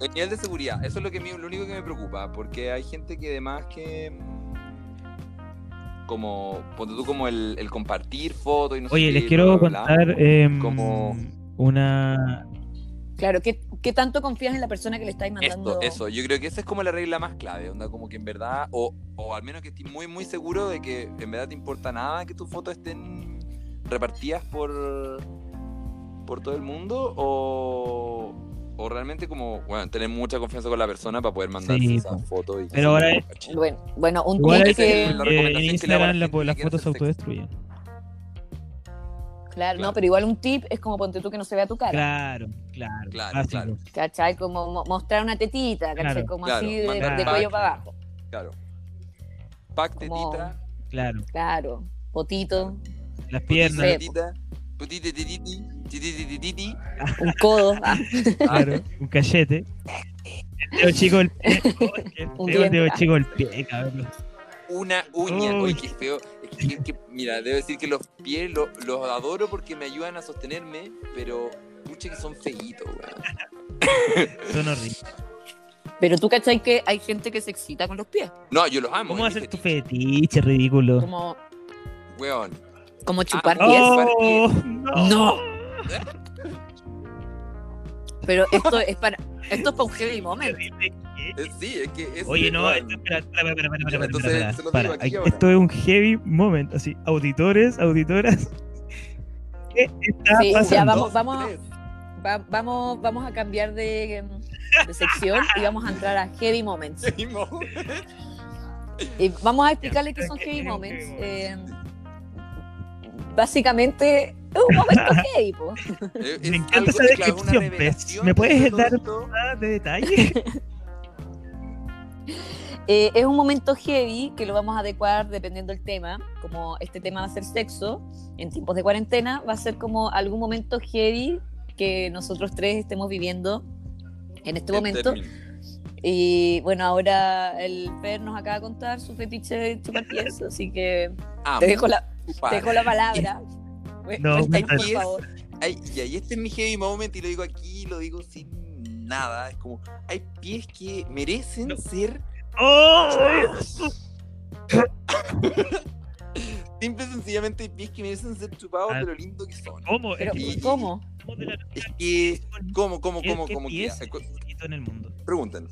Speaker 3: El nivel de seguridad, eso es lo que me- lo único que me preocupa, porque hay gente que además que mm, como ponte tú como el, el compartir fotos y no sé
Speaker 4: Oye,
Speaker 3: qué,
Speaker 4: les
Speaker 3: bla,
Speaker 4: quiero
Speaker 3: bla, bla.
Speaker 4: contar em,
Speaker 3: Como-
Speaker 4: una...
Speaker 2: Claro, ¿qué, qué tanto confías en la persona que le estáis mandando?
Speaker 3: Esto, eso, yo creo que esa es como la regla más clave, onda, como que en verdad, o, o al menos que estés muy, muy seguro de que en verdad te importa nada que tus fotos estén repartidas por, por todo el mundo, o, o realmente como, bueno, tener mucha confianza con la persona para poder mandarse
Speaker 4: Sí,
Speaker 3: esas
Speaker 4: po.
Speaker 3: fotos. Y que
Speaker 4: Pero ahora
Speaker 3: se-
Speaker 2: Bueno, bueno, un
Speaker 4: Igual
Speaker 2: tip
Speaker 4: hay
Speaker 3: Esa
Speaker 2: que...
Speaker 4: que...
Speaker 3: es la
Speaker 4: porque
Speaker 3: recomendación que
Speaker 4: en
Speaker 3: le hago a la
Speaker 4: Instagram la-
Speaker 3: gente que
Speaker 4: las
Speaker 3: quiere
Speaker 4: fotos se
Speaker 3: hacer sexo.
Speaker 4: autodestruyen.
Speaker 2: Claro,
Speaker 3: Claro.
Speaker 2: no, pero igual un tip es como ponte tú que no se vea tu cara.
Speaker 4: Claro, claro.
Speaker 3: Claro,
Speaker 4: fácil.
Speaker 3: claro.
Speaker 2: ¿Cachai? Como mo- mostrar una tetita, ¿cachai?
Speaker 4: Claro.
Speaker 2: como
Speaker 3: Claro,
Speaker 2: así de,
Speaker 3: mandar
Speaker 2: de
Speaker 4: pack.
Speaker 2: cuello para abajo.
Speaker 3: Claro. Pack,
Speaker 2: Como-
Speaker 3: tetita,
Speaker 4: claro.
Speaker 2: Claro, potito,
Speaker 4: Las
Speaker 3: putita,
Speaker 4: piernas,
Speaker 2: Sí.
Speaker 3: tetita, putita, tetiti, tititi, tititi.
Speaker 2: un codo, ah,
Speaker 4: claro. Un cachete. El dedo chico del pie. Oh, qué
Speaker 2: Un
Speaker 4: feo el dedo
Speaker 2: diente.
Speaker 4: chico del pie, cabrón.
Speaker 3: Una uña.
Speaker 4: Uy.
Speaker 3: Uy, qué feo. Es que- que- mira, debo decir que los pies lo- los adoro porque me ayudan a sostenerme, pero pucha que son feitos, weón.
Speaker 4: Son horribles.
Speaker 2: Pero tú, ¿cachai? Que hay gente que se excita con los pies.
Speaker 3: No, yo los amo.
Speaker 4: ¿Cómo va a
Speaker 3: es mi
Speaker 4: ser tu
Speaker 3: fetiche,
Speaker 4: fetiche, ridículo?
Speaker 2: Como,
Speaker 3: Weón.
Speaker 2: como chupar
Speaker 3: Ah,
Speaker 2: pies.
Speaker 4: ¡Oh! ¡No!
Speaker 2: No. Pero esto es para. Esto es para un heavy moment.
Speaker 3: Eh, Sí, es que es.
Speaker 4: Oye, no,
Speaker 3: weón.
Speaker 4: esto, espera, espera, espera, espera, espera,
Speaker 3: Entonces,
Speaker 4: espera,
Speaker 3: se lo digo
Speaker 4: para.
Speaker 3: aquí
Speaker 4: Ay,
Speaker 3: ahora.
Speaker 4: Esto es un heavy moment, así, auditores, auditoras. ¿Qué está
Speaker 2: Sí, ya
Speaker 4: pasando?
Speaker 2: vamos- vamos-
Speaker 3: tres.
Speaker 2: Va- vamos, vamos a cambiar de, em, de sección y vamos a entrar a heavy moments.
Speaker 3: Seguimos.
Speaker 2: Y vamos a explicarle qué son heavy moments. eh, básicamente, es un momento heavy, po.
Speaker 3: Es-
Speaker 4: Me
Speaker 3: es
Speaker 4: encanta
Speaker 3: algo-
Speaker 4: esa
Speaker 3: es claro, una
Speaker 4: descripción, Pez.
Speaker 3: revelación
Speaker 4: ¿Me puedes
Speaker 3: de todo
Speaker 4: dar-
Speaker 3: esto.
Speaker 2: Este
Speaker 4: Ah, de detalle.
Speaker 2: Eh, es un momento heavy que lo vamos a adecuar dependiendo del tema. Como este tema va a ser sexo, en tiempos de cuarentena, va a ser como algún momento heavy que nosotros tres estemos viviendo en este
Speaker 3: En
Speaker 2: momento.
Speaker 3: términos.
Speaker 2: Y bueno, ahora el Per nos acaba de contar su fetiche de chupar pies, así que
Speaker 3: Amo,
Speaker 2: te dejo la, te
Speaker 3: padre.
Speaker 2: dejo la palabra.
Speaker 4: No,
Speaker 2: Cuéntanos,
Speaker 4: me
Speaker 2: por
Speaker 3: parece-
Speaker 2: favor.
Speaker 3: Ay, y ahí este es mi heavy moment y lo digo aquí, lo digo sin nada. Es como, hay pies que merecen
Speaker 4: No.
Speaker 3: ser
Speaker 4: ¡Oh!
Speaker 3: Simple y sencillamente hay pies que merecen ser chupados
Speaker 4: Ah.
Speaker 3: de lo lindo que son.
Speaker 4: ¿Cómo?
Speaker 2: Pero,
Speaker 3: Y-
Speaker 2: ¿cómo?
Speaker 4: ¿Cómo de la noche
Speaker 3: Es que,
Speaker 4: al día?
Speaker 3: ¿cómo, cómo,
Speaker 4: ¿Qué-
Speaker 3: cómo,
Speaker 4: qué
Speaker 3: cómo?
Speaker 4: pie
Speaker 3: que-
Speaker 4: es el
Speaker 3: cu-
Speaker 4: bonito en el mundo?
Speaker 3: Preguntan.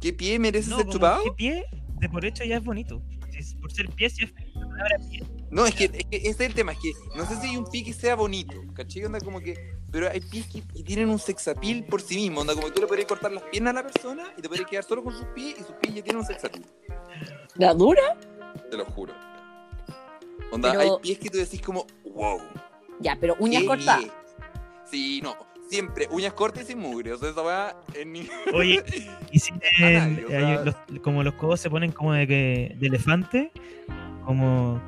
Speaker 3: ¿Qué pie merece
Speaker 4: No,
Speaker 3: ser
Speaker 4: como
Speaker 3: chupado?
Speaker 4: que pie de por hecho ya es bonito. Si es por ser pie, ya es la palabra pie.
Speaker 3: No, es que, es que ese es el tema, es que no sé si hay un pie que sea bonito, ¿cachai? Onda como que. Pero hay pies que, que tienen un sexapil por sí mismo, onda como que tú le podrías cortar las piernas a la persona y te podrías quedar solo con sus pies y sus pies ya tienen un sexapil.
Speaker 2: ¿La dura?
Speaker 3: Te lo juro. Onda,
Speaker 2: Pero-
Speaker 3: hay pies que tú decís como, wow.
Speaker 2: Ya, pero uñas
Speaker 3: qué
Speaker 2: cortadas.
Speaker 3: bien". Sí, no. Siempre, uñas cortas y sin mugre. O sea, esa weá en mi-
Speaker 4: Oye, y si eh,
Speaker 3: nadie, o
Speaker 4: hay
Speaker 3: sea-
Speaker 4: los- como los codos se ponen como de, que, de elefante, como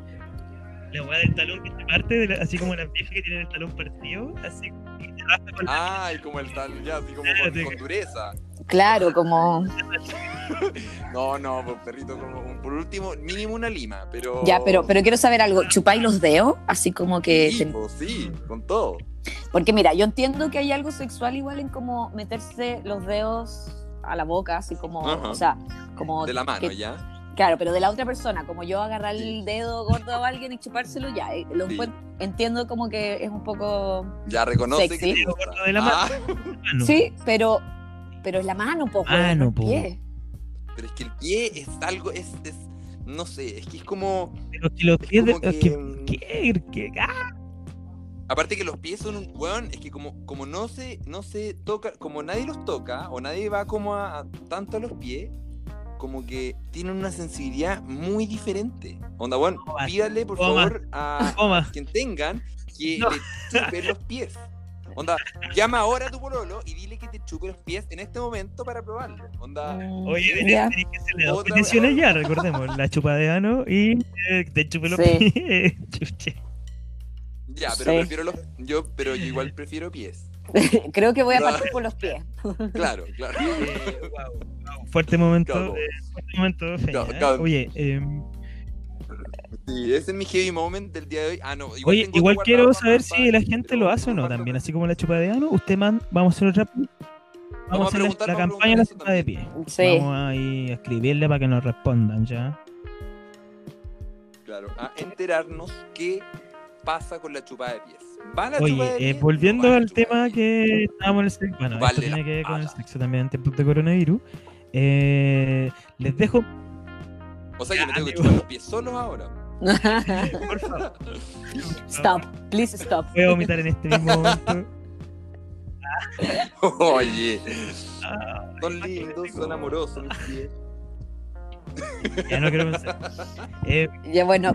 Speaker 4: la hueá del talón que te parte, de la- así como las viejas que tienen el talón partido, así y te raspa con la
Speaker 3: Ay, como el tal, ya, así como con, con dureza.
Speaker 2: Claro, como.
Speaker 3: No, no, pues perrito, como un- por último, mínimo una lima, pero.
Speaker 2: Ya, pero, pero quiero saber algo. ¿Chupáis los dedos? Así como que.
Speaker 3: Sí,
Speaker 2: ten-
Speaker 3: pues, sí, con todo.
Speaker 2: Porque mira, yo entiendo que hay algo sexual igual en como meterse los dedos a la boca, así como.
Speaker 3: Ajá.
Speaker 2: O sea, como.
Speaker 3: De la mano,
Speaker 2: que-
Speaker 3: ya.
Speaker 2: Claro, pero de la otra persona, como yo agarrar
Speaker 3: Sí.
Speaker 2: el dedo gordo a alguien y chupárselo, ya. eh, Lo
Speaker 3: Sí.
Speaker 2: encuent- Entiendo como que es un poco.
Speaker 3: Ya reconoce
Speaker 2: Sexy.
Speaker 3: que. te gusta.
Speaker 4: De la mano.
Speaker 3: Ah,
Speaker 4: mano.
Speaker 2: Sí, pero. Pero es la mano, po.
Speaker 4: Ah,
Speaker 2: weón,
Speaker 4: no,
Speaker 2: el
Speaker 4: po.
Speaker 2: pie.
Speaker 3: pero es que el pie es algo, es. es no sé, es que es como.
Speaker 4: Pero que los pies de.
Speaker 3: como
Speaker 4: los
Speaker 3: que,
Speaker 4: que-
Speaker 3: mm,
Speaker 4: ¿Qué? ¿Qué? ¡Ah!
Speaker 3: Aparte que los pies son un weón, es que como, como no se, no se toca, como nadie los toca, o nadie va como a, a- tanto a los pies, como que tienen una sensibilidad muy diferente. Onda, weón,
Speaker 4: Toma,
Speaker 3: pídale por
Speaker 4: toma.
Speaker 3: favor a
Speaker 4: Toma.
Speaker 3: quien tengan que
Speaker 4: No.
Speaker 3: le chupe los pies. Onda, llama ahora a tu pololo y dile que te chupe los pies en este momento para probarlo. Onda,
Speaker 4: Oye,
Speaker 2: Mm,
Speaker 4: tenés
Speaker 2: ya.
Speaker 4: tenés que hacerle dos
Speaker 3: Otra-
Speaker 4: peticiones ya, recordemos. La chupa de ano y eh, te chupe los
Speaker 2: Sí.
Speaker 4: pies. Chuche.
Speaker 3: ya, pero
Speaker 2: Sí.
Speaker 3: prefiero los, yo, pero yo igual prefiero pies.
Speaker 2: Creo que voy a
Speaker 3: No.
Speaker 2: partir por los pies.
Speaker 3: Claro, claro.
Speaker 4: Eh, wow, wow, Fuerte momento.
Speaker 3: Cabo.
Speaker 4: eh, fuerte momento, Feña,
Speaker 3: Cabo,
Speaker 4: ¿eh?
Speaker 3: cabo.
Speaker 4: Oye, eh,
Speaker 3: Sí, ese es mi heavy moment del día de hoy. Ah, no, igual
Speaker 4: oye,
Speaker 3: tengo
Speaker 4: igual
Speaker 3: otro
Speaker 4: quiero
Speaker 3: guardado para-
Speaker 4: saber
Speaker 3: para-
Speaker 4: si la gente
Speaker 3: pero
Speaker 4: lo hace o no
Speaker 3: más
Speaker 4: también.
Speaker 3: menos.
Speaker 4: Así como la chupa de ano, usted man, vamos a hacer otra. Vamos,
Speaker 3: Vamos
Speaker 4: a
Speaker 3: a
Speaker 4: hacer la-
Speaker 3: preguntar,
Speaker 4: la,
Speaker 3: vamos a
Speaker 4: campaña de la
Speaker 3: preguntar
Speaker 4: chupa de pie.
Speaker 2: Sí.
Speaker 4: Vamos ahí a escribirle para que nos respondan ya.
Speaker 3: Claro, a enterarnos qué pasa con la chupada de pies. ¿Va la chupada
Speaker 4: Oye,
Speaker 3: de
Speaker 4: eh,
Speaker 3: pies? ¿No
Speaker 4: volviendo
Speaker 3: va la
Speaker 4: al
Speaker 3: chupada
Speaker 4: tema
Speaker 3: de pies?
Speaker 4: que estábamos en el sexo, bueno,
Speaker 3: Vale
Speaker 4: esto
Speaker 3: la
Speaker 4: tiene que ver con el
Speaker 3: pata.
Speaker 4: sexo también en tiempos de coronavirus. Eh, les dejo,
Speaker 3: O sea, yo me tengo que
Speaker 4: Ah, Amigo.
Speaker 3: chupar los pies solos ahora.
Speaker 4: por favor.
Speaker 2: stop, please stop.
Speaker 4: Voy a vomitar en este mismo momento.
Speaker 3: Oye,
Speaker 4: Ah,
Speaker 3: son lindos, son amorosos mis pies.
Speaker 4: ya no quiero pensar. Eh,
Speaker 2: Ya bueno,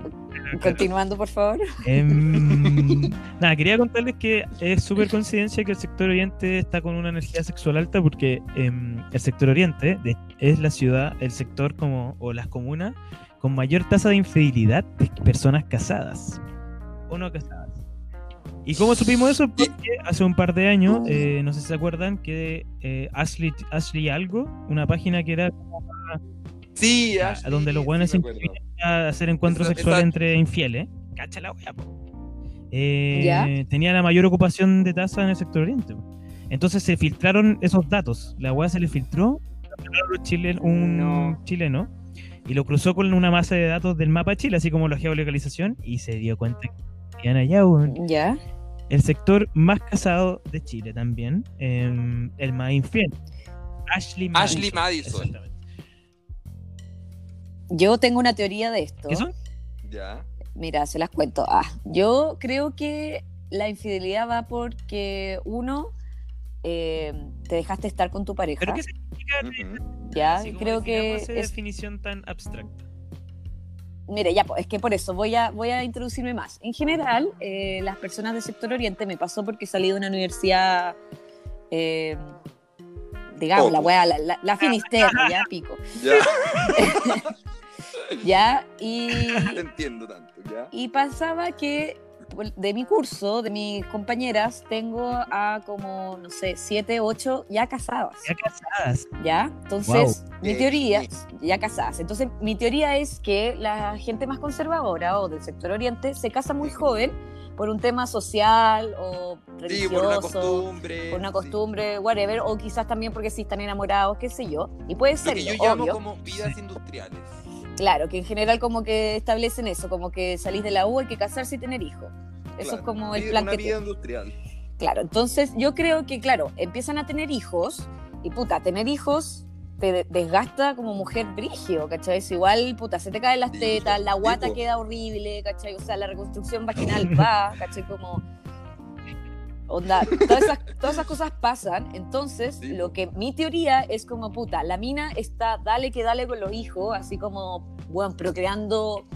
Speaker 2: continuando por favor.
Speaker 4: Em, nada, quería contarles que es súper coincidencia que el sector oriente está con una energía sexual alta porque em, el sector oriente de- es la ciudad, el sector como o las comunas con mayor tasa de infidelidad de personas casadas o no casadas. ¿Y cómo supimos eso? Porque hace un par de años, eh, no sé si se acuerdan, que eh, Ashley, Ashley Algo, una página que era
Speaker 3: Sí,
Speaker 4: a-
Speaker 3: Ashley,
Speaker 4: a donde los
Speaker 3: sí
Speaker 4: buenos
Speaker 3: me
Speaker 4: se
Speaker 3: acuerdo.
Speaker 4: inscribían a hacer encuentros
Speaker 3: Esa-
Speaker 4: sexuales
Speaker 3: esa-
Speaker 4: entre infieles. Cacha la wea, po. Eh,
Speaker 2: ¿Ya?
Speaker 4: Tenía la mayor ocupación de tasa en el sector oriente. po. Entonces se filtraron esos datos. La wea se le filtró a los chilen- un
Speaker 2: No.
Speaker 4: chileno y lo cruzó con una masa de datos del mapa de Chile, así como la geolocalización, y se dio cuenta que vivían allá, weón.
Speaker 2: Ya.
Speaker 4: El sector más casado de Chile también, em, el más infiel. Ashley Madison.
Speaker 3: Ashley Madison.
Speaker 4: Exactamente.
Speaker 2: Yo tengo una teoría de esto.
Speaker 4: ¿Qué son?
Speaker 3: Ya.
Speaker 2: Mira, se las cuento. Ah, yo creo que la infidelidad va porque uno eh, te dejaste estar con tu pareja.
Speaker 4: ¿Pero qué significa
Speaker 3: ujú.
Speaker 2: ya,
Speaker 4: Así como
Speaker 2: Ah, creo que
Speaker 4: definamos esa
Speaker 2: es,
Speaker 4: definición tan abstracta.
Speaker 2: Mire, ya, po, es que por eso voy a, voy a introducirme más. En general, eh, las personas del sector oriente me pasó porque salí de una universidad, eh, digamos, la
Speaker 3: Poco.
Speaker 2: weá, la, la, la finisterra, ya, pico.
Speaker 3: Ya,
Speaker 2: Ya, y,
Speaker 3: te entiendo tanto, ya.
Speaker 2: y pasaba que de mi curso, de mis compañeras, tengo a como, no sé, siete, ocho ya casadas.
Speaker 4: Ya casadas.
Speaker 2: ¿Ya? Entonces, mi
Speaker 3: Eh,
Speaker 2: teoría,
Speaker 3: sí.
Speaker 2: ya casadas. Entonces, mi teoría es que la gente más conservadora o del sector oriente se casa muy joven por un tema social o religioso
Speaker 3: Sí, por una costumbre.
Speaker 2: por una
Speaker 3: sí.
Speaker 2: costumbre, whatever, o quizás también porque sí están enamorados, qué sé yo. Y puede
Speaker 3: Lo
Speaker 2: ser,
Speaker 3: que yo llamo
Speaker 2: obvio,
Speaker 3: como vidas industriales.
Speaker 2: claro, que en general como que establecen eso, como que salís de la U, hay que casarse y tener hijos. Eso es
Speaker 3: Claro,
Speaker 2: como el
Speaker 3: vida-
Speaker 2: plan
Speaker 3: Una
Speaker 2: que
Speaker 3: vida
Speaker 2: tienen.
Speaker 3: industrial.
Speaker 2: Claro, entonces yo creo que, claro, empiezan a tener hijos y puta, tener hijos te de- desgasta como mujer brígido, ¿cachai? Es igual, puta, se te caen las
Speaker 3: Sí,
Speaker 2: tetas, la guata
Speaker 3: po.
Speaker 2: queda horrible, ¿cachai? O sea, la reconstrucción vaginal va, ¿cachai? Como... Onda, todas esas, todas esas cosas pasan, entonces
Speaker 3: Sí,
Speaker 2: lo que mi teoría es como puta, la mina está dale que dale con los hijos, así como, bueno, procreando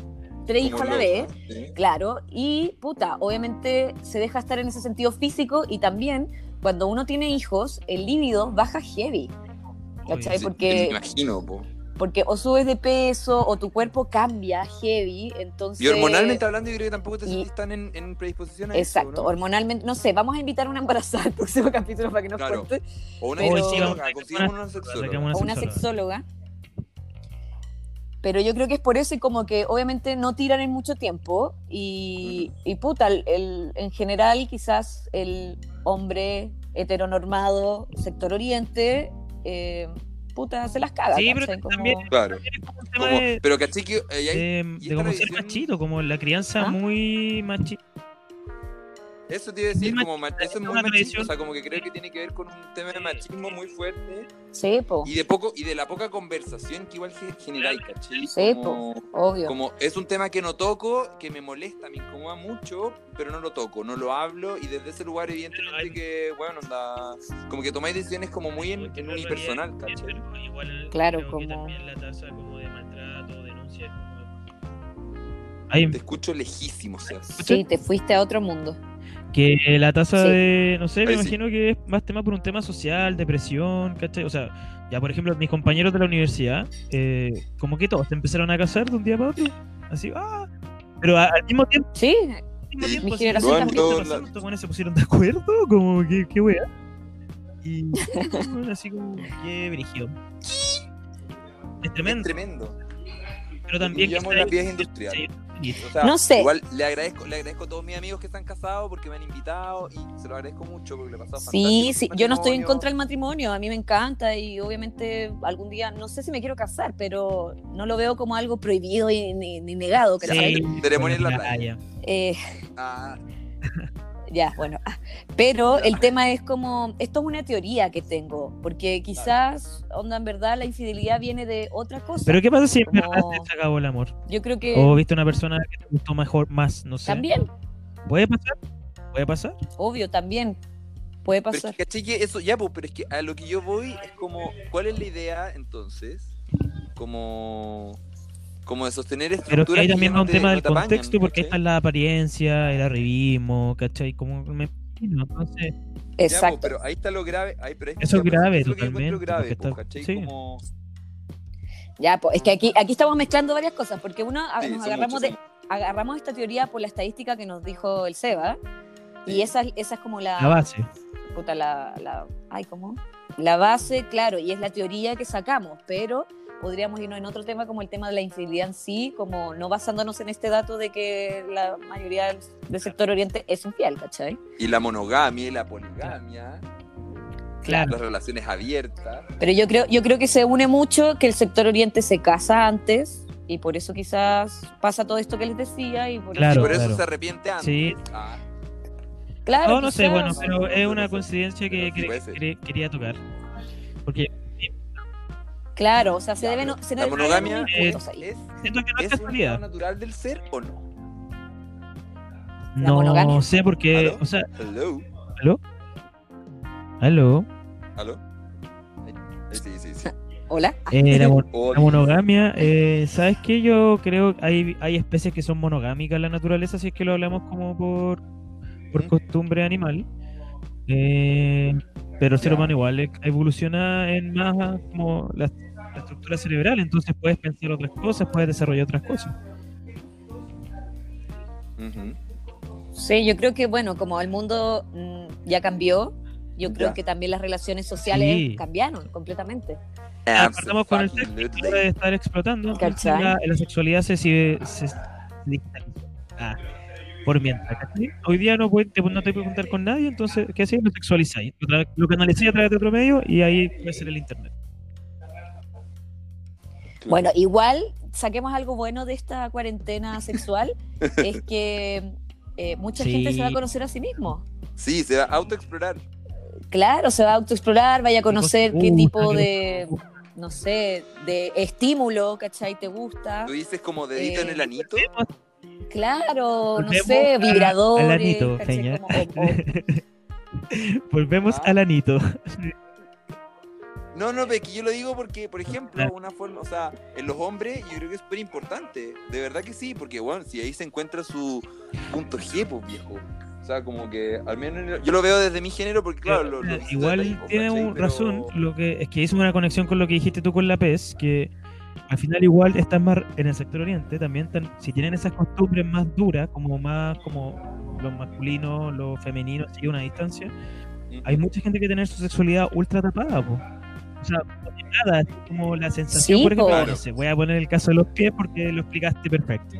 Speaker 2: tres hijos
Speaker 3: como
Speaker 2: a la
Speaker 3: loca,
Speaker 2: vez,
Speaker 3: ¿sí?
Speaker 2: Claro, y puta, obviamente se deja estar en ese sentido físico y también cuando uno tiene hijos, el líbido baja heavy, ¿Cachai?
Speaker 4: Obvio.
Speaker 3: Sí,
Speaker 2: porque-
Speaker 3: Me imagino, po.
Speaker 2: porque o subes de peso o tu cuerpo cambia heavy, entonces...
Speaker 3: Y hormonalmente hablando, yo creo que tampoco te
Speaker 2: Y-
Speaker 3: sentís tan en, en predisposición a eso,
Speaker 2: Exacto,
Speaker 3: ¿no?
Speaker 2: hormonalmente, no sé, vamos a invitar a una embarazada al próximo capítulo para que nos
Speaker 3: Claro.
Speaker 2: cuente,
Speaker 3: O una
Speaker 2: Pero-
Speaker 3: sexóloga,
Speaker 4: Sí,
Speaker 3: consigamos una
Speaker 4: Sacamos
Speaker 3: sexóloga.
Speaker 4: una
Speaker 2: o una
Speaker 4: sexóloga.
Speaker 2: sexóloga. Pero yo creo que es por eso y como que obviamente no tiran en mucho tiempo y, y puta, el- el- en general quizás el hombre heteronormado, sector oriente, eh, puta, se las caga.
Speaker 4: Sí, pero
Speaker 2: ¿cachai? Como-
Speaker 4: también-
Speaker 3: Claro.
Speaker 4: Como un tema
Speaker 3: Como,
Speaker 4: de-
Speaker 3: pero caché que eh, ahí hay-
Speaker 4: de, de
Speaker 3: esta
Speaker 4: como ser
Speaker 3: tradición-
Speaker 4: machito, como la crianza
Speaker 2: ¿Ah?
Speaker 4: muy machista.
Speaker 3: eso te iba a decir,
Speaker 4: es
Speaker 3: como ma- eso es
Speaker 4: una
Speaker 3: muy machismo,
Speaker 4: tradición.
Speaker 3: o sea, como que creo que tiene que ver con un tema de machismo muy fuerte
Speaker 2: Sí, po,
Speaker 3: y de poco y de la poca conversación que igual ge- generáis, caché.
Speaker 2: Sí,
Speaker 3: Como-
Speaker 2: obvio.
Speaker 3: Como es un tema que no toco, que me molesta, me incomoda mucho, pero no lo toco, no lo hablo y desde ese lugar evidentemente
Speaker 4: Ay.
Speaker 3: que, bueno, onda, como que tomáis decisiones como muy en, en unipersonal, ¿cachai?
Speaker 4: Igual
Speaker 2: Claro,
Speaker 4: creo que
Speaker 2: como-
Speaker 4: también la tasa como de maltrato, denuncia, es como- Ay,
Speaker 3: Te escucho lejísimo, o sea.
Speaker 2: Sí, te fuiste a otro mundo.
Speaker 4: que la tasa
Speaker 2: Sí.
Speaker 4: de, no sé, me
Speaker 3: Ahí sí.
Speaker 4: imagino que es más tema por un tema social, depresión, ¿cachai? O sea, ya por ejemplo, mis compañeros de la universidad, eh, como que todos se empezaron a casar de un día para otro, así, ah, pero a- al mismo tiempo,
Speaker 2: Sí,
Speaker 4: al mismo
Speaker 3: Sí.
Speaker 4: tiempo,
Speaker 2: Mi
Speaker 4: así,
Speaker 2: generación
Speaker 4: ¿qué
Speaker 3: también.
Speaker 4: está pasando? Estos buenos se pusieron de acuerdo, como que, qué wea. Y bueno, así como, qué brígido. Es
Speaker 3: Es
Speaker 4: tremendo,
Speaker 3: tremendo.
Speaker 4: pero también... que
Speaker 3: Llamo
Speaker 4: está-
Speaker 3: las vías industriales.
Speaker 4: Sí.
Speaker 3: O sea,
Speaker 2: No sé.
Speaker 3: Igual le agradezco, le agradezco a todos mis amigos que están casados porque me han invitado y se lo agradezco mucho porque le he pasado
Speaker 2: sí,
Speaker 3: fantástico
Speaker 2: sí,
Speaker 3: con su
Speaker 2: yo no estoy en
Speaker 3: matrimonio.
Speaker 2: contra del matrimonio, a mí me encanta y obviamente algún día, no sé si me quiero casar, pero no lo veo como algo prohibido y- ni, ni negado,
Speaker 3: Sí.
Speaker 2: ¿cachai?
Speaker 3: Ceremonia en la
Speaker 2: Eh,
Speaker 3: Ah,
Speaker 2: Ya, bueno. ah, Pero el tema es como, esto es una teoría que tengo, porque quizás, onda, en verdad, la infidelidad viene de otra cosa.
Speaker 4: Pero ¿qué pasa si en verdad
Speaker 2: Como-
Speaker 4: se te acabó el amor?
Speaker 2: Yo creo que
Speaker 4: O viste una persona que te gustó mejor, más, no sé.
Speaker 2: también,
Speaker 4: ¿Puede pasar? ¿Puede pasar?
Speaker 2: obvio, también puede
Speaker 3: pero es
Speaker 2: pasar.
Speaker 3: que, caché que eso, ya, pues, pero es que a lo que yo voy es como, ¿cuál es la idea entonces? Como, como de sostener estructuras.
Speaker 4: Pero que ahí
Speaker 3: que
Speaker 4: también
Speaker 3: ya
Speaker 4: va
Speaker 3: no
Speaker 4: un
Speaker 3: te-
Speaker 4: tema
Speaker 3: no
Speaker 4: del
Speaker 3: te apañan,
Speaker 4: contexto, porque ahí
Speaker 3: ¿cachai?
Speaker 4: está la apariencia, el arribismo, ¿cachai? Como me imagino, entonces...
Speaker 3: Ya,
Speaker 2: Exacto.
Speaker 3: po, pues, pero ahí está lo grave. ahí- pero ahí está
Speaker 4: Eso es
Speaker 3: lo
Speaker 4: grave,
Speaker 3: eso es lo que yo encuentro grave,
Speaker 4: totalmente, porque
Speaker 3: po,
Speaker 4: está-
Speaker 3: ¿cachai?
Speaker 4: sí.
Speaker 3: Como-
Speaker 2: Ya, pues, es que aquí, aquí estamos mezclando varias cosas, porque uno a-
Speaker 3: sí,
Speaker 2: nos
Speaker 3: son
Speaker 2: agarramos,
Speaker 3: muchos,
Speaker 2: de,
Speaker 3: son-
Speaker 2: agarramos esta teoría por la estadística que nos dijo el Seba, y
Speaker 3: Sí.
Speaker 2: esa, es- esa es como la...
Speaker 4: La base.
Speaker 2: puta, la, la- ay, ¿cómo? La base, claro, y es la teoría que sacamos, pero podríamos irnos en otro tema como el tema de la infidelidad en sí, como no basándonos en este dato de que la mayoría del, del sector oriente es infiel, ¿cachai?
Speaker 3: Y la monogamia y la poligamia,
Speaker 4: Claro.
Speaker 3: las relaciones abiertas.
Speaker 2: Pero yo creo, yo creo que se une mucho que el sector oriente se casa antes y por eso quizás pasa todo esto que les decía y por
Speaker 4: Claro,
Speaker 2: eso...
Speaker 3: por eso
Speaker 4: claro.
Speaker 3: se arrepiente antes.
Speaker 4: Sí.
Speaker 3: Ah,
Speaker 2: Claro,
Speaker 4: Oh, No, no sé,
Speaker 2: quizás.
Speaker 4: bueno,
Speaker 3: No,
Speaker 4: pero
Speaker 3: no,
Speaker 4: es
Speaker 3: no,
Speaker 4: una
Speaker 3: no,
Speaker 4: coincidencia que
Speaker 3: pero sí
Speaker 4: cre-
Speaker 3: puede ser.
Speaker 4: cre- quería tocar. Porque
Speaker 2: Claro, o sea, se
Speaker 3: ya,
Speaker 2: deben...
Speaker 3: pero
Speaker 2: Se
Speaker 3: la
Speaker 2: deben
Speaker 3: monogamia
Speaker 4: Eh,
Speaker 2: unir
Speaker 3: es,
Speaker 2: puntos ahí.
Speaker 3: es,
Speaker 4: siento que
Speaker 3: es
Speaker 4: no es
Speaker 3: un estado
Speaker 4: casualidad.
Speaker 3: natural del ser o no.
Speaker 2: La monogamia.
Speaker 4: No sé, porque...
Speaker 3: ¿Aló?
Speaker 4: O sea,
Speaker 3: Hello.
Speaker 4: aló.
Speaker 3: ¿Aló? Ahí- ahí Sí, sí, sí.
Speaker 2: Hola.
Speaker 4: Eh, la, mon- La
Speaker 3: Hola.
Speaker 4: monogamia, eh, ¿sabes qué? Yo creo que hay, hay especies que son monogámicas en la naturaleza, si es que lo hablamos como por, por
Speaker 3: Ujú.
Speaker 4: costumbre animal. Eh, pero el ser
Speaker 3: Ya.
Speaker 4: humano igual eh, evoluciona en más como la, la estructura cerebral, entonces puedes pensar otras cosas, puedes desarrollar otras cosas.
Speaker 3: Ujú.
Speaker 2: Sí, yo creo que, bueno, como el mundo mm, ya cambió, yo creo
Speaker 3: Ya.
Speaker 2: que también las relaciones sociales
Speaker 4: Sí.
Speaker 2: cambiaron completamente.
Speaker 3: Ah,
Speaker 4: Ah, Partamos con el sexo,
Speaker 3: Absolutely.
Speaker 4: claro, de estar explotando. entonces
Speaker 2: ¿Cachai?
Speaker 4: La, la sexualidad se sigue se, ah, por mientras. ¿cachai? Hoy día no, puede- te- no te puedes juntar con nadie, entonces, ¿qué hacéis? Lo sexualizáis. Lo, tra- lo canalizáis a través de otro medio y ahí puede ser el internet.
Speaker 2: Bueno, igual saquemos algo bueno de esta cuarentena sexual, es que eh, mucha
Speaker 4: Sí.
Speaker 2: gente se va a conocer a sí mismo.
Speaker 3: Sí, se va a autoexplorar.
Speaker 2: Claro, se va a autoexplorar, vaya a conocer
Speaker 4: Cosa-
Speaker 2: qué
Speaker 4: Uh,
Speaker 2: tipo
Speaker 4: qué
Speaker 2: de, no sé, de estímulo, ¿cachai? ¿Te gusta?
Speaker 3: Tú dices como dedito en
Speaker 2: Eh,
Speaker 3: el anito.
Speaker 2: Claro, no
Speaker 4: Volvemos
Speaker 2: sé,
Speaker 4: a-
Speaker 2: vibradores.
Speaker 4: al anito,
Speaker 2: ¿cachai?
Speaker 4: Peña.
Speaker 2: Como- o- o-
Speaker 4: Volvemos
Speaker 3: Ah.
Speaker 4: al anito.
Speaker 3: No, no, Becky, yo lo digo porque, por ejemplo,
Speaker 4: Claro.
Speaker 3: una forma, o sea, en los hombres yo creo que es súper importante. De verdad que sí, porque, bueno, si ahí se encuentra su punto G, pues, viejo. O sea, como que, al menos en el- yo lo veo desde mi género porque, claro, lo, lo-
Speaker 4: eh, Igual
Speaker 3: pues, ¿cachai?
Speaker 4: tiene un-
Speaker 3: Pero-
Speaker 4: razón, lo que es que hizo una conexión con lo que dijiste tú con la PES, que al final igual están más en el sector oriente, también están, si tienen esas costumbres más duras, como más como los masculinos, los femeninos, sigue una distancia, hay mucha gente que tiene su sexualidad ultra tapada, po. O sea, no tiene nada, es como la sensación,
Speaker 2: Sí,
Speaker 4: por ejemplo,
Speaker 3: po.
Speaker 4: no sé, voy a poner el caso de los pies porque lo explicaste perfecto.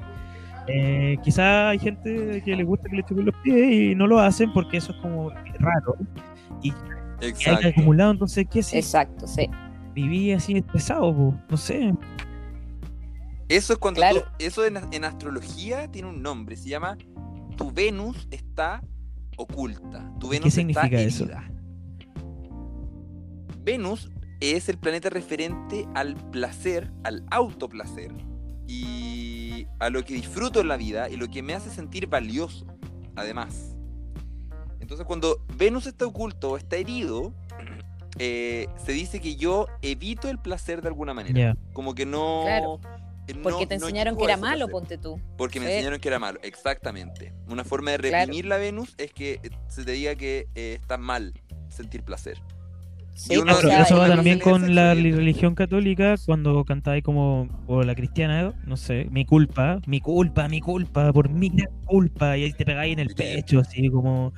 Speaker 4: Eh, quizá hay gente que le gusta que le chupen los pies y no lo hacen porque eso es como raro que hay
Speaker 3: Exacto.
Speaker 4: acumulado, entonces, ¿qué si
Speaker 2: Exacto, sí.
Speaker 4: viví así pesado, po? No sé.
Speaker 3: Eso es cuando
Speaker 2: Claro.
Speaker 3: tú- eso en, en astrología tiene un nombre, se llama tu Venus está oculta. Tu Venus
Speaker 4: significa
Speaker 3: está
Speaker 4: eso?
Speaker 3: herida. Venus es el planeta referente al placer, al autoplacer y a lo que disfruto en la vida y lo que me hace sentir valioso, además. Entonces, cuando Venus está oculto o está herido, eh, se dice que yo evito el placer de alguna manera.
Speaker 4: Ya.
Speaker 3: Como que no.
Speaker 2: Claro.
Speaker 3: eh, no-
Speaker 2: Porque te
Speaker 3: no
Speaker 2: enseñaron
Speaker 3: llegó
Speaker 2: que
Speaker 3: a
Speaker 2: era
Speaker 3: ese
Speaker 2: malo,
Speaker 3: placer.
Speaker 2: ponte tú.
Speaker 3: Porque me
Speaker 2: Sí.
Speaker 3: enseñaron que era malo, exactamente. Una forma de
Speaker 2: Claro.
Speaker 3: reprimir la Venus es que eh, se te diga que eh, está mal sentir placer.
Speaker 2: Sí,
Speaker 3: Y uno-
Speaker 2: o
Speaker 4: Claro,
Speaker 2: sea,
Speaker 4: Ah, eso va
Speaker 2: y-
Speaker 4: también con la
Speaker 3: Sí.
Speaker 4: religión católica, cuando cantáis como, o la cristiana, no sé, mi culpa, mi culpa, mi culpa, por mi gran culpa, y ahí te pegáis en el pecho, así como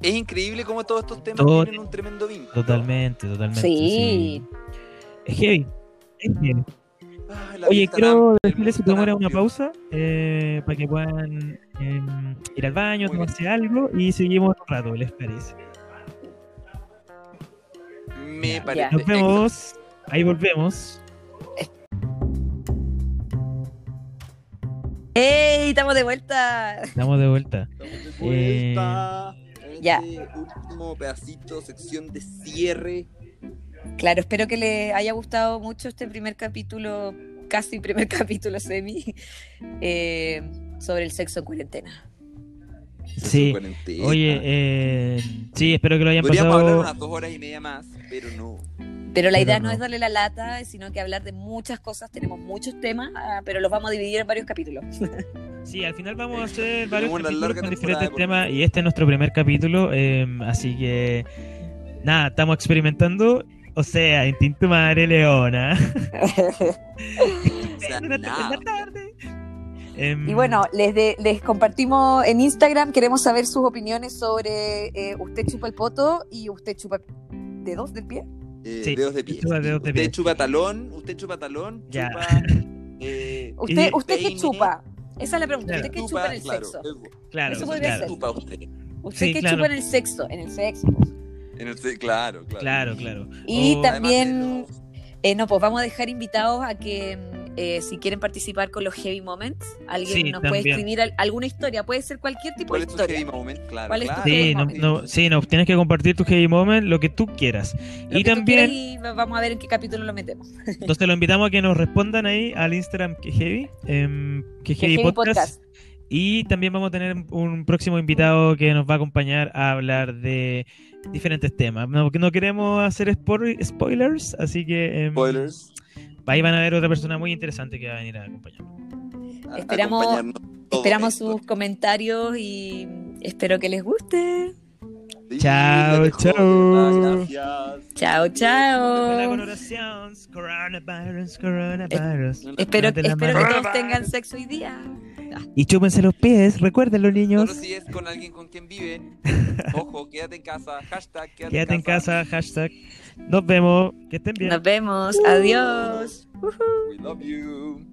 Speaker 3: Es increíble cómo todos estos temas
Speaker 4: Todo-
Speaker 3: tienen un tremendo vínculo.
Speaker 4: totalmente, totalmente.
Speaker 2: Sí.
Speaker 4: Es heavy. Es heavy.
Speaker 3: Ay, Ah, la
Speaker 4: Oye,
Speaker 3: vida
Speaker 4: quiero
Speaker 3: tan- el
Speaker 4: decirles si
Speaker 3: mundo tan
Speaker 4: podemos ir a una
Speaker 3: amplio.
Speaker 4: pausa eh, para que puedan eh, ir al baño,
Speaker 3: Muy bien.
Speaker 4: tomarse algo y seguimos un rato, ¿les parece?
Speaker 3: Me
Speaker 4: Ya.
Speaker 3: parece.
Speaker 4: Nos vemos. Ahí volvemos.
Speaker 2: ¡Ey! Estamos de vuelta.
Speaker 4: Estamos de vuelta.
Speaker 3: Estamos de
Speaker 4: Eh,
Speaker 3: vuelta en
Speaker 2: ya.
Speaker 3: este Último pedacito, sección de cierre.
Speaker 2: Claro, espero que les haya gustado mucho este primer capítulo, casi primer capítulo semi, eh, sobre el sexo en cuarentena.
Speaker 4: Sí.
Speaker 3: Cuarentena.
Speaker 4: Oye, eh, sí, espero que lo hayan
Speaker 3: Podríamos hablar
Speaker 4: pasado.
Speaker 3: unas dos horas y media más, pero no.
Speaker 2: Pero la
Speaker 4: Pero
Speaker 2: idea no.
Speaker 4: no.
Speaker 2: es darle la lata, sino que hablar de muchas cosas. Tenemos muchos temas, ah, pero los vamos a dividir en varios capítulos.
Speaker 4: Sí, al final vamos a hacer varios
Speaker 3: una
Speaker 4: capítulos
Speaker 3: larga
Speaker 4: con
Speaker 3: temporada
Speaker 4: diferentes
Speaker 3: de
Speaker 4: temas y este es nuestro primer capítulo, eh, así que nada, estamos experimentando. O sea, Instinto Madre Leona.
Speaker 3: O sea,
Speaker 4: En la
Speaker 3: nada.
Speaker 4: tarde. Em,
Speaker 2: Y bueno, les, de- les compartimos en Instagram, queremos saber sus opiniones sobre eh, usted chupa el poto y usted chupa dedos del pie.
Speaker 3: Eh,
Speaker 4: Sí,
Speaker 3: dedos de pie.
Speaker 4: chupa dedos de
Speaker 3: usted
Speaker 4: pie.
Speaker 3: chupa talón, usted chupa talón,
Speaker 4: Ya.
Speaker 3: chupa. eh,
Speaker 2: ¿Usted,
Speaker 4: Y-
Speaker 2: usted qué
Speaker 3: peine.
Speaker 2: chupa? Esa es la pregunta.
Speaker 4: Claro.
Speaker 2: ¿Usted qué chupa en el
Speaker 3: claro,
Speaker 2: sexo?
Speaker 3: eso.
Speaker 4: claro,
Speaker 2: eso
Speaker 3: ¿Qué
Speaker 2: podría
Speaker 4: claro,
Speaker 2: ser.
Speaker 3: chupa usted?
Speaker 2: ¿Usted
Speaker 4: Sí,
Speaker 2: qué
Speaker 4: claro.
Speaker 2: chupa en el sexo? En el sexo.
Speaker 3: En el se- claro, claro.
Speaker 4: claro, claro.
Speaker 2: Y
Speaker 4: O-
Speaker 3: Además de
Speaker 2: también,
Speaker 3: los-
Speaker 2: eh, no, pues vamos a dejar invitados a que mm, eh, si quieren participar con los Heavy Moments, alguien
Speaker 4: Sí,
Speaker 2: nos
Speaker 4: también.
Speaker 2: puede escribir al- alguna historia, puede ser cualquier tipo
Speaker 3: ¿Cuál
Speaker 2: de
Speaker 3: es tu heavy
Speaker 2: historia.
Speaker 3: moment? Claro,
Speaker 2: ¿Cuál es tu
Speaker 3: claro.
Speaker 4: Sí,
Speaker 2: heavy
Speaker 4: no, no- sí, no, tienes que compartir tu heavy moment, lo que tú quieras.
Speaker 2: Lo
Speaker 4: y
Speaker 2: que tú quieras
Speaker 4: también,
Speaker 2: y va- vamos a ver en qué capítulo lo metemos.
Speaker 4: entonces lo invitamos a que nos respondan ahí al Instagram que heavy, em,
Speaker 2: Que
Speaker 4: que heavy
Speaker 2: Heavy
Speaker 4: podcast. Y también vamos a tener un próximo invitado que nos va a acompañar a hablar de diferentes temas. No, no queremos hacer spo- spoilers, así que em,
Speaker 3: Spoilers.
Speaker 4: ahí van a ver otra persona muy interesante que va a venir a acompañarnos.
Speaker 3: a-
Speaker 2: Esperamos-
Speaker 3: acompañarnos todo
Speaker 2: Esperamos
Speaker 3: Oh, esto.
Speaker 2: sus comentarios y espero que les guste.
Speaker 3: Sí,
Speaker 4: Chao,
Speaker 3: lo mejor,
Speaker 4: chao.
Speaker 3: Gracias.
Speaker 2: Chao,
Speaker 4: Oh.
Speaker 2: chao.
Speaker 4: Coronavirus, coronavirus.
Speaker 2: Espero,
Speaker 4: Date la
Speaker 2: espero que
Speaker 4: mano.
Speaker 2: todos tengan sexo hoy día.
Speaker 4: Y chúpense los pies, recuerdenlo, niños.
Speaker 3: Solo si es con alguien con quien viven. Ojo, quédate en casa. Hashtag quédate,
Speaker 4: Quédate en casa, hashtag. Nos vemos, que estén bien.
Speaker 2: Nos vemos. Adiós.
Speaker 3: We love you.